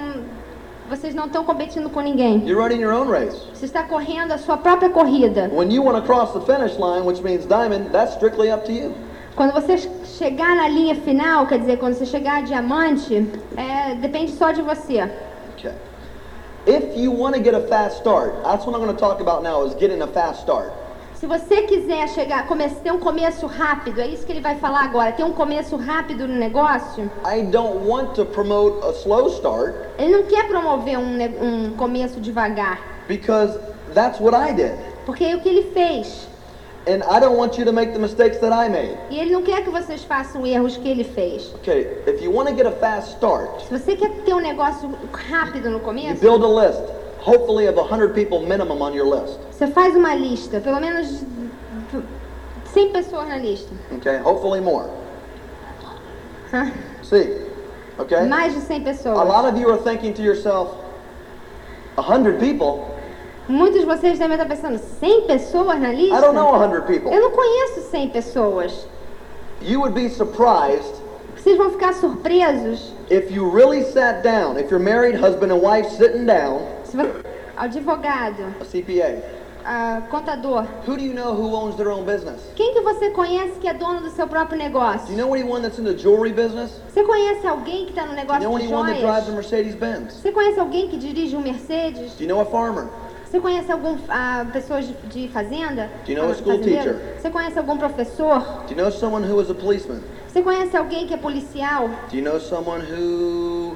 Vocês não estão competindo com ninguém.
You're running your own race.
Você está correndo a sua própria corrida.
When you want to cross the finish line, which means diamond, that's strictly up to you.
Quando você chegar na linha final, quer dizer, quando você chegar a diamante, é, depende só de você.
Okay. If you want to get a fast start, that's what I'm going to talk about now is getting a fast start.
Se você quiser chegar, começar, ter um começo rápido, é isso que ele vai falar agora. Ter um começo rápido no negócio,
I don't want to promote a slow start
ele não quer promover um, ne- um começo devagar,
because that's what I did.
porque é o que ele fez.
And I don't want you to make the mistakes that I made.
E ele não quer que vocês façam erros que ele fez.
Okay, if you want to get a fast start,
Se você quer ter um negócio rápido no
you
começo,
build a list, hopefully of 100 people minimum on your list.
você faz uma lista, pelo menos 100 pessoas na lista.
Okay, hopefully more. See, okay?
Mais de 100
A
pessoas.
lot of you are thinking to yourself, 100 people?
Muitos de vocês devem estar pensando, 100 pessoas na lista?
I don't know 100 people.
Eu não conheço 100 pessoas.
You would be surprised
Vocês vão ficar surpresos
if you really sat down, if you're married, husband and wife sitting down,
se você... Advogado,
a CPA,
ah, contador,
who do you know who owns their own business?
quem que você conhece que é dono do seu próprio
Do you
negócio?
know anyone that's in the jewelry business?
Você conhece alguém que está no
Do you
negócio
know
de
anyone that drives a
joias?
Mercedes Benz?
Você conhece alguém que dirige um Mercedes?
Do you know a farmer?
Você conhece algum ah, pessoa de, de fazenda?
Do you know a
Ah,
school
fazendeiro?
teacher?
Você conhece algum professor?
Do you know someone who is a policeman?
Você conhece alguém que é policial?
Do you know someone who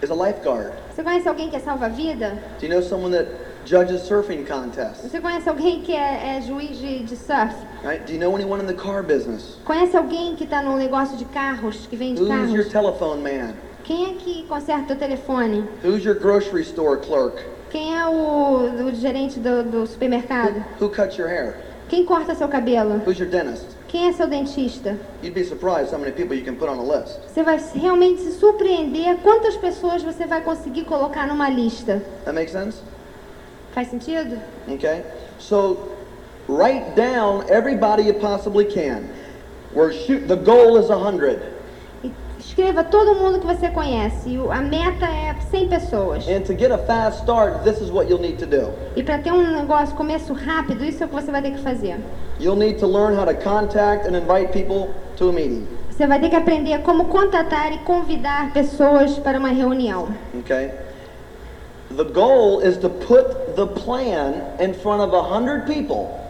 is a lifeguard?
Você conhece alguém que é salva-vida?
Do you know someone that judges surfing contests?
Você conhece alguém que é, é juiz de, de surf?
Right? Do you know anyone in the car business?
Conhece alguém que está no negócio de carros, que vende
Who's your
carros?
telephone man?
Quem é que conserta o telefone?
Who's your grocery store clerk?
Quem é o, o gerente do, do supermercado?
Who cuts your hair?
Quem corta seu cabelo?
Who's your dentist?
Quem é seu dentista?
You'd be surprised how many people you can put on a list.
Você vai se- realmente se surpreender quantas pessoas você vai conseguir colocar numa lista.
That makes sense?
Faz sentido?
Okay? So write down everybody you possibly can. We're shoot the goal is 100.
E Escreva todo mundo que você conhece. E o- A meta é 100 pessoas.
And to get a fast start, this is what you'll need to do.
E para ter um negócio, começo rápido, isso é o que você vai ter que fazer.
You'll need to learn how to contact and invite people to a meeting.
Você vai ter que aprender como contatar e convidar pessoas para uma reunião.
Okay? The goal is to put the plan in front of a hundred people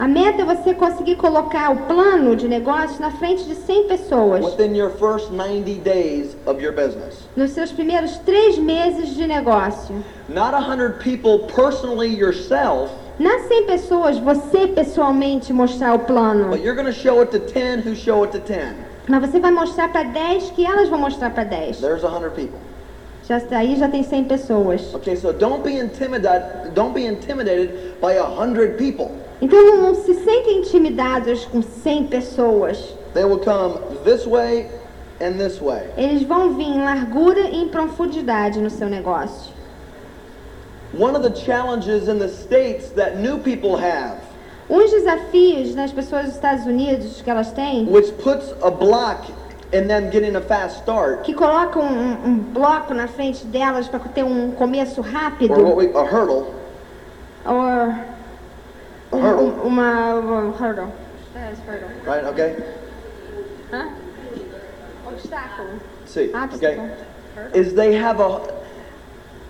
A meta é você conseguir colocar o plano de negócio na frente de 100 pessoas
within your first 90 days of your business.
nos seus primeiros três meses de negócio.
Not a hundred people personally yourself,
Nas 100 pessoas, você pessoalmente mostrar o
but
plano.
you're gonna show it to 10 who show it to 10.
Mas você vai mostrar para 10 que elas vão mostrar para 10.
There's a hundred people.
Já, aí já tem 100 pessoas.
Okay, so don't be intimidated. Don't be intimidated by a hundred people.
Então não, não se sentem intimidados com 100 pessoas.
They will come this way and this way.
Eles vão vir em largura e em profundidade no seu negócio.
One of the challenges in the states that new people have,
Um dos desafios nas pessoas dos Estados Unidos que elas têm,
which puts a block in them getting a fast start,
que colocam um, um bloco na frente delas para ter um começo rápido,
or what we, a hurdle,
or
a
um-
hurdle,
um- uma, um hurdle. É, it's hurdle.
right? Okay.
Hã? Obstáculo.
See.
Obstacle.
Okay. Is they have a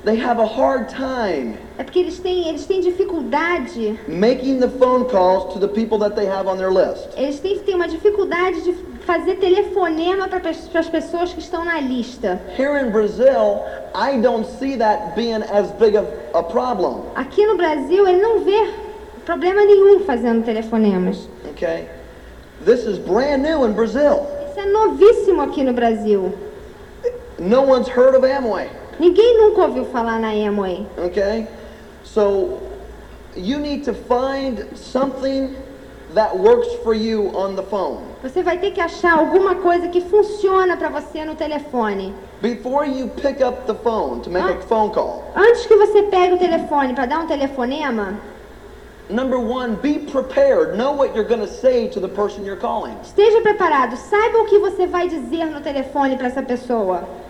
they have a hard time
É porque eles têm, eles têm dificuldade,
making the phone calls to the people that they have on their list.
eles têm, têm uma dificuldade de fazer telefonema para as pessoas que estão na lista.
Here in Brazil, I don't see that being as big of a problem.
Aqui no Brasil, ele não vê problema nenhum fazendo telefonemas.
Okay. This is brand new in Brazil.
Isso é novíssimo aqui no Brasil.
No one's heard of Amway.
Ninguém nunca ouviu falar na Amway.
Okay? So you need to find something that works for you on the phone.
Você vai ter que achar alguma coisa que funciona para você no telefone.
Before you pick up the phone to make a
Huh?
phone call,
Antes que você pegue o telefone para dar um telefonema,
number one, be prepared. Know what you're going to say to the person you're calling.
esteja preparado. Saiba o que você vai dizer no telefone para essa pessoa.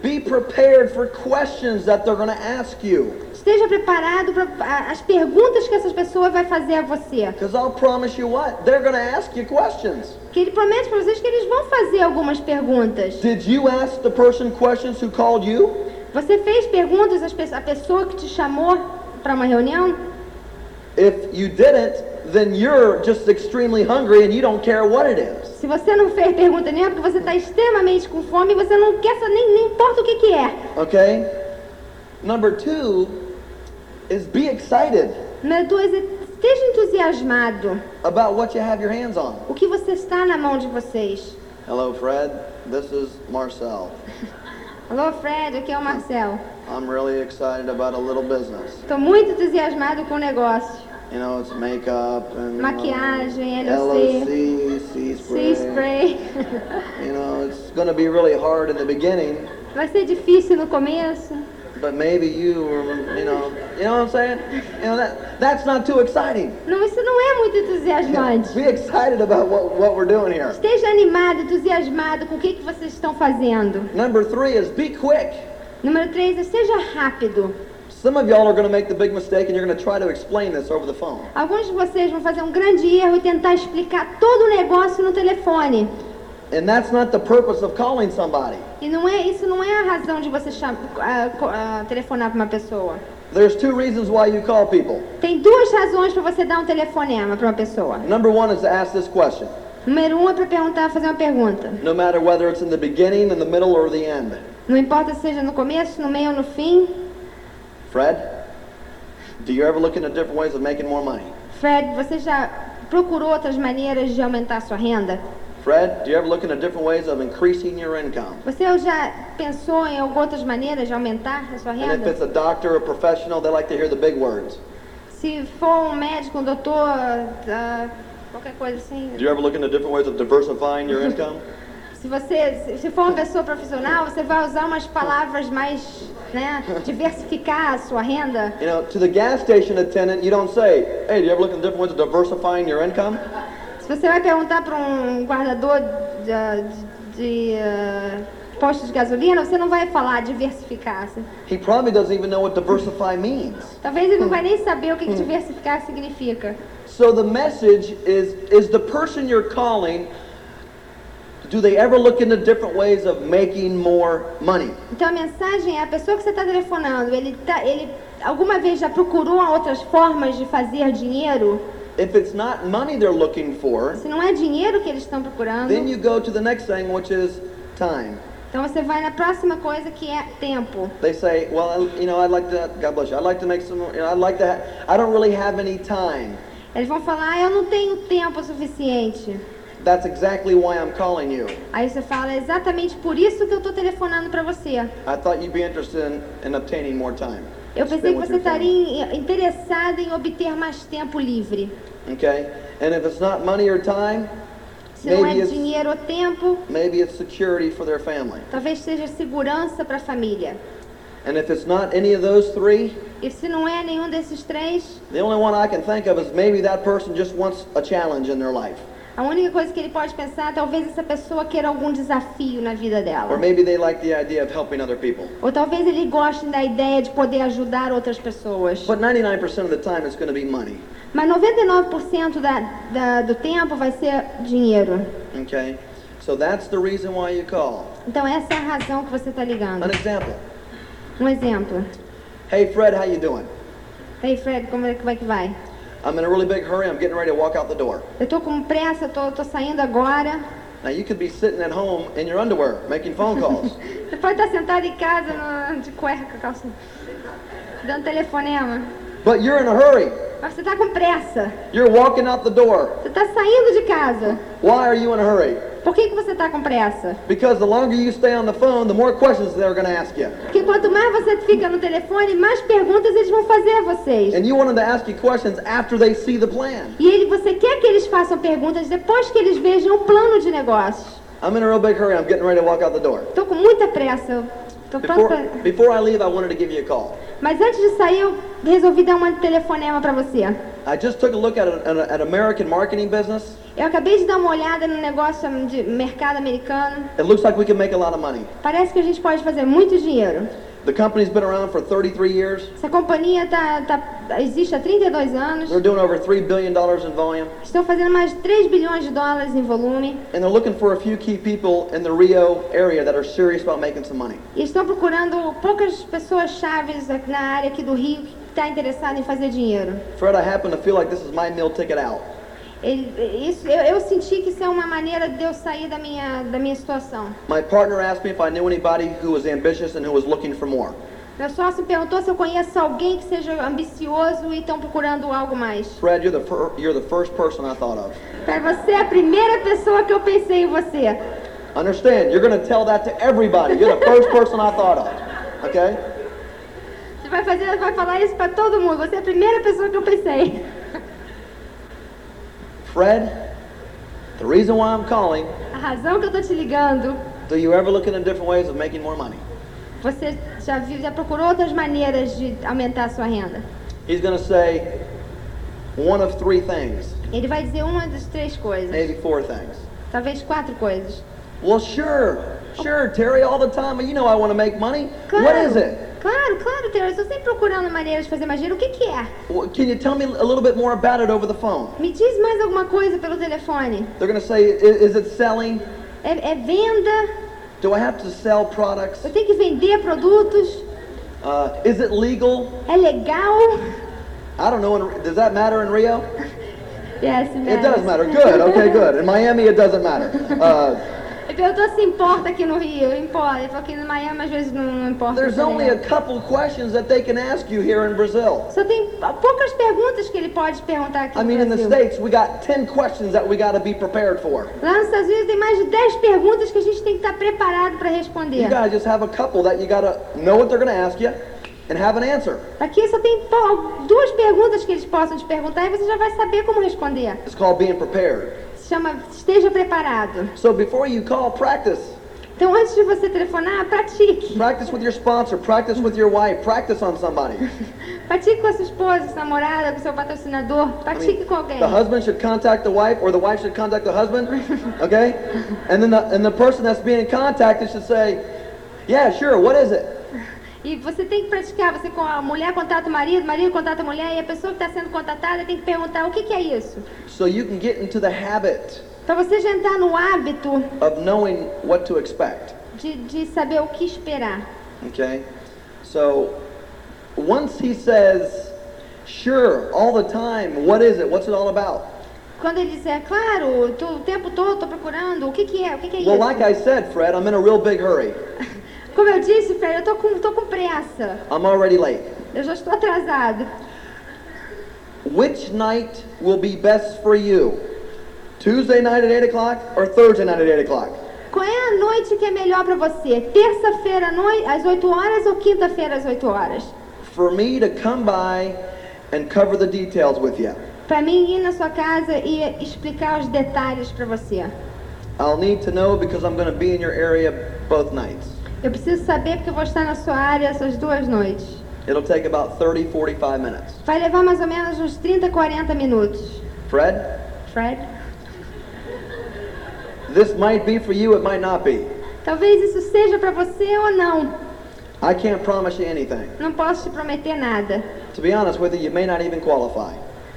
Be prepared for questions that they're going to ask you.
Esteja preparado para as perguntas que essas pessoas vai fazer a você.
Because I'll promise you what? They're going to ask you questions.
Que ele promete para vocês que eles vão fazer algumas perguntas.
Did you ask the person questions who called you?
Você fez perguntas às pe- à pessoa que te chamou para uma reunião?
If you didn't, then you're just extremely hungry and you don't care what it is.
Se você não fez pergunta nenhuma, porque você está extremamente com fome e você não quer, sa- nem, nem importa o que, que é.
Okay? Number two is be excited
Número dois, é- esteja entusiasmado.
about what you have your hands on.
O que você está na mão de vocês.
Hello, Fred. This is Marcel.
Alô, Fred, aqui é o Marcel.
I'm really excited about a little business.
Estou muito entusiasmado com o negócio.
You know, it's makeup and
Maquiagem,
uh,
LOC,
LOC, C
Sea
spray.
spray. [LAUGHS]
You know, it's going to be really hard in the beginning,
Vai ser difícil no começo.
but maybe you, or, you know, you know what I'm saying? You know that that's not too exciting.
Não, isso não é muito entusiasmante.
Be excited about what what we're doing here.
Esteja animado, entusiasmado com o que, que vocês estão fazendo.
Number three is be quick.
Número 3, esteja rápido.
Some of y'all are going to make the big mistake, and you're going to try to explain this over the phone.
Alguns de vocês vão fazer um grande erro e tentar explicar todo o negócio no telefone.
And that's not the purpose of calling somebody.
E não é isso não é a razão de você cham- ah, co- ah, telefonar para uma pessoa.
There's two reasons why you call people.
Tem duas razões para você dar um telefonema para uma pessoa.
Number one is to ask this question.
Número um é para perguntar, fazer uma pergunta.
No matter whether it's in the beginning, in the middle, or the end.
Não importa se seja no começo, no meio ou no fim.
Fred, do you ever look into different ways of making more money?
Fred, você já procurou outras maneiras de aumentar a sua renda?
Fred, do you ever look into different ways of increasing your income?
Você já pensou em algumas outras maneiras de aumentar a sua
And if it's
renda?
a doctor or a professional, they like to hear the big words.
Se for um médico, um doutor, ah, qualquer coisa assim.
Do you ever look into different ways of diversifying your income?
Se você se for uma pessoa profissional, você vai usar umas palavras mais, né, diversificar a sua renda.
You know, to the gas station attendant, you don't say, hey, do you ever look into different ways of diversifying your income?
Se você vai perguntar para um guardador de, de, eh, posto de gasolina, você não vai falar diversificar. Você-
He probably doesn't even know what diversify means.
Talvez ele não vai nem saber o que, que diversificar significa.
So the message is is the person you're calling do they ever look into different ways of making more money?
Então a mensagem é a pessoa que você está telefonando, ele tá, ele alguma vez já procurou outras formas de fazer dinheiro?
If it's not money they're looking for,
Se não é dinheiro que eles estão procurando,
then you go to the next thing which is time.
então você vai na próxima coisa que é tempo.
They say, "Well, I- you know, I'd like to God bless you. I'd like to make some, you know, I'd like to ha- I don't really have any time."
Eles vão falar, ah, eu não tenho tempo suficiente.
That's exactly why I'm calling you.
Aí você fala, é exatamente por isso que eu estou telefonando para você.
I thought you'd be interested in, in obtaining more time.
Eu pensei
Spend
que
with
você
your
estaria
family.
em- eh, interessada em obter mais tempo livre.
Okay? And if it's not money or time,
Se não é
Maybe it's-
dinheiro ou tempo,
maybe it's security for their family.
talvez seja segurança para a família.
And if it's not any of those three,
E se não é nenhum desses três,
the only one I can think of is maybe that person just wants a challenge in their life.
a única coisa que ele pode pensar, é talvez essa pessoa queira algum desafio na vida
Or
dela.
maybe they like the idea of helping other people.
Ou talvez ele goste da ideia de poder ajudar outras pessoas.
But 99% of the time, it's going to be money.
Mas 99% da, da- do tempo vai ser dinheiro.
Okay? So that's the reason why you call.
Então essa é a razão que você está
An
ligando.
example.
Um exemplo.
Hey, Fred, how you doing?
Ei, Fred, como é que vai que vai?
I'm in a really big hurry. I'm getting ready to walk out the door.
Eu tô com pressa, eu tô, tô saindo agora.
Now, you could be sitting at home in your underwear making phone calls.
Você pode estar sentado em casa no- de cueca, calça, dando telefonema.
but you're in a hurry.
Mas você tá com pressa.
You're walking out the door.
Você tá saindo de casa.
Why are you in a hurry?
Por que, que você tá com pressa?
Because the longer you stay on the phone, the more questions they're going to ask you.
Porque quanto mais você fica no telefone, mais perguntas eles vão fazer a vocês.
And you want them to ask you questions after they see the plan.
E ele, você quer que eles façam perguntas depois que eles vejam o plano de negócios.
I'm in a real big hurry. I'm getting ready to walk out the door.
Tô com muita pressa. eu Tô pronto
Before,
pra...
before I leave, I wanted to give you a call.
Mas antes de sair, eu resolvi dar um telefonema pra você.
I just took a look at an, an, an American marketing business.
Eu acabei de dar uma olhada no negócio de mercado americano.
It looks like we can make a lot of money.
Parece que a gente pode fazer muito dinheiro.
The company's been around for 33 years.
Essa companhia tá, tá- existe há 32 anos.
They're doing over $3 billion in volume.
Estão fazendo mais de 3 bilhões de dólares em volume.
And they're looking for a few key people in the Rio area that are serious about making some money.
E estão procurando poucas pessoas chaves aqui na área aqui do Rio que está interessado em fazer dinheiro.
Fred, I happen to feel like this is my meal ticket out.
Ele- isso, eu, eu senti que isso é uma maneira de eu sair da minha, da minha situação.
My partner asked me if I knew anybody who was ambitious and who was looking for more.
Meu sócio perguntou se eu conheço alguém que seja ambicioso e estão procurando algo mais.
Fred, you're the, fir- you're the first person I thought of.
Para você é a primeira pessoa que eu pensei em você.
Understand, you're going to tell that to everybody. You're the first person I thought of. Okay?
Você vai fazer, vai falar isso para todo mundo. Você é a primeira pessoa que eu pensei.
Fred, the reason why I'm calling,
A razão que eu tô te ligando,
do you ever look into different ways of making more money?
você já viu, já procurou outras maneiras de aumentar a sua renda?
He's going to say one of three things,
Ele vai dizer uma das três coisas,
maybe four things.
talvez quatro coisas.
Well, sure, sure, Terry, all the time. You know I want to make money.
Claro.
What is it?
Claro, claro, Terry. Eu estou sempre procurando maneiras de fazer mais dinheiro. O que, que é?
Well, Can you tell me a little bit more about it over the phone?
Me diz mais alguma coisa pelo telefone.
They're going to say, "I- is it selling?
É, é venda?
Do I have to sell products?
Eu tenho que vender produtos?
Uh, is it legal?
É legal?
I don't know. In, does that matter in Rio?
Yes,
It does matter. Good. Okay, good. In Miami, it doesn't matter. Uh,
Ele perguntou Então, se importa aqui no Rio. Importa. Ele falou que no Miami às vezes não, não importa.
there's
tá
only
ligado?
a couple questions that they can ask you here in Brazil.
Só tem poucas perguntas que ele pode perguntar aqui
I
no
mean, in the
Brasil.
States, we got 10 questions that we got to be prepared for.
Lá nos Estados Unidos tem mais de 10 perguntas que a gente tem que estar preparado para responder.
You gotta just have a couple that you gotta know what they're gonna ask you and have an answer.
Aqui só tem po- duas perguntas que eles possam te perguntar e você já vai saber como responder.
It's called being prepared.
Se chama Esteja Preparado.
So before you call, practice.
Então, antes de você telefonar, pratique.
Practice with your sponsor, practice with your wife, practice on somebody.
Pratique com a sua esposa, sua namorada, com seu patrocinador.
I
Pratique
mean,
com alguém.
the husband should contact the wife or the wife should contact the husband. Okay? And then the and the person that's being contacted should say, Yeah, sure, what is it?
E você tem que praticar. Você com a mulher contata o marido, marido contata a mulher e a pessoa que está sendo contatada tem que perguntar o que, que é isso.
So you can get into the habit
Para você já entrar no hábito
of knowing what to expect.
de, de saber o que esperar.
Okay? So once he says, sure, all the time, what is it? What's it all about?
Quando ele disser, claro, eu tô- o tempo todo tô procurando, o que que é, o que que é
Well,
isso?
like I said, Fred, I'm in a real big hurry.
Como eu disse, Fred, eu tô com, tô com pressa,
I'm already late.
eu já estou atrasado.
Which night will be best for you? Tuesday night at 8 o'clock or Thursday night at 8 o'clock?
Qual é a noite que é melhor pra você? Terça-feira à noi- às 8 horas ou quinta-feira às 8 horas?
For me to come by and cover the details with you.
Pra mim ir na sua casa e explicar os detalhes pra você.
I'll need to know because I'm going to be in your area both nights.
Eu preciso saber porque eu vou estar na sua área essas duas noites.
It'll take about 30, 45 minutes.
Vai levar mais ou menos uns 30, 40 minutos.
Fred,
Fred?
this might be for you, it might not be.
Talvez isso seja pra você ou não.
I can't promise you anything.
Não posso te prometer nada.
To be honest with you, you may not even qualify.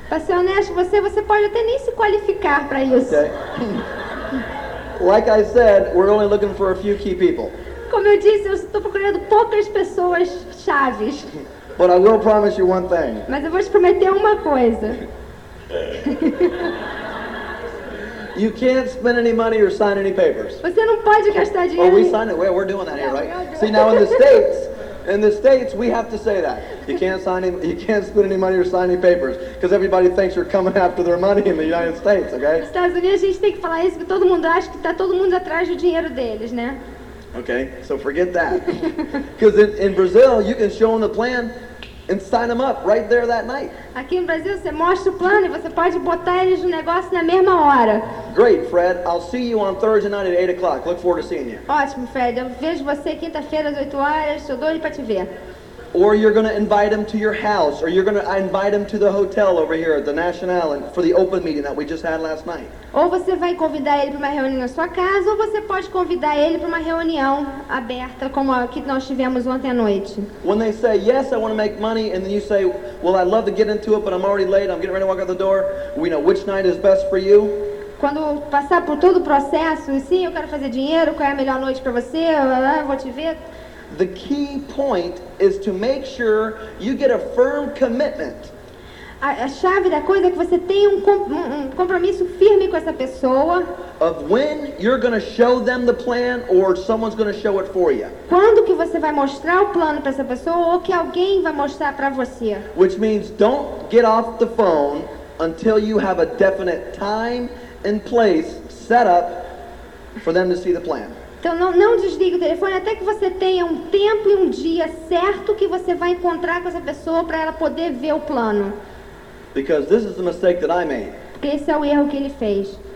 Pra ser honesto com você, você pode até nem se qualificar pra isso.
Okay? [LAUGHS] like I said, we're only looking for a few key people.
Como eu disse, eu estou procurando poucas pessoas chaves.
But I will promise you one thing.
Mas eu vou te prometer uma coisa.
You can't spend any money or sign any papers.
Você não pode gastar
Or
dinheiro.
we
em-
sign it. Well, we're doing that here,
Yeah, we are
right?
doing
See now in the States, in the States we have to say that. You can't sign any, you can't spend any money or sign any papers. Because everybody thinks you're coming after their money in the United States,
Nos
okay?
Estados Unidos a gente tem que falar isso, porque todo mundo acha que tá todo mundo atrás do dinheiro deles, né?
Okay, so forget that. Because in, in Brazil you can show them the plan. and sign them up right there that night.
Aqui no Brasil, você mostra o plano e você pode botar eles no negócio na mesma hora.
Great, Fred. I'll see you on Thursday night at 8 o'clock. Look forward to seeing you.
Ótimo, Fred. Eu vejo você quinta-feira às 8 horas. Eu dou ele pra te ver.
Or you're going to invite him to your house, or you're going to invite him to the hotel over here at the National and for the open meeting that we just had last night.
Ou você vai convidar ele para uma reunião na sua casa, ou você pode convidar ele para uma reunião aberta, como a que nós tivemos ontem à noite.
When they say, Yes, I want to make money, and then you say, Well, I'd love to get into it, but I'm already late. I'm getting ready to walk out the door. We know which night is best for you.
Quando passar por todo o processo, e sim, eu quero fazer dinheiro, qual é a melhor noite para você, blá, blá, eu vou te ver.
The key point is to make sure you get a firm commitment.
A, a chave da coisa é que você tenha um, com- um- um compromisso firme com essa pessoa.
of when you're going to show them the plan or someone's going to show it for you.
Quando que você vai mostrar o plano para essa pessoa ou que alguém vai mostrar para você?
Which means don't get off the phone until you have a definite time and place set up for them to see the plan.
Então não, não desligue o telefone até que você tenha um tempo e um dia certo que você vai encontrar com essa pessoa para ela poder ver o plano.
Because this is the mistake that I made.
Porque esse é o erro que ele fez.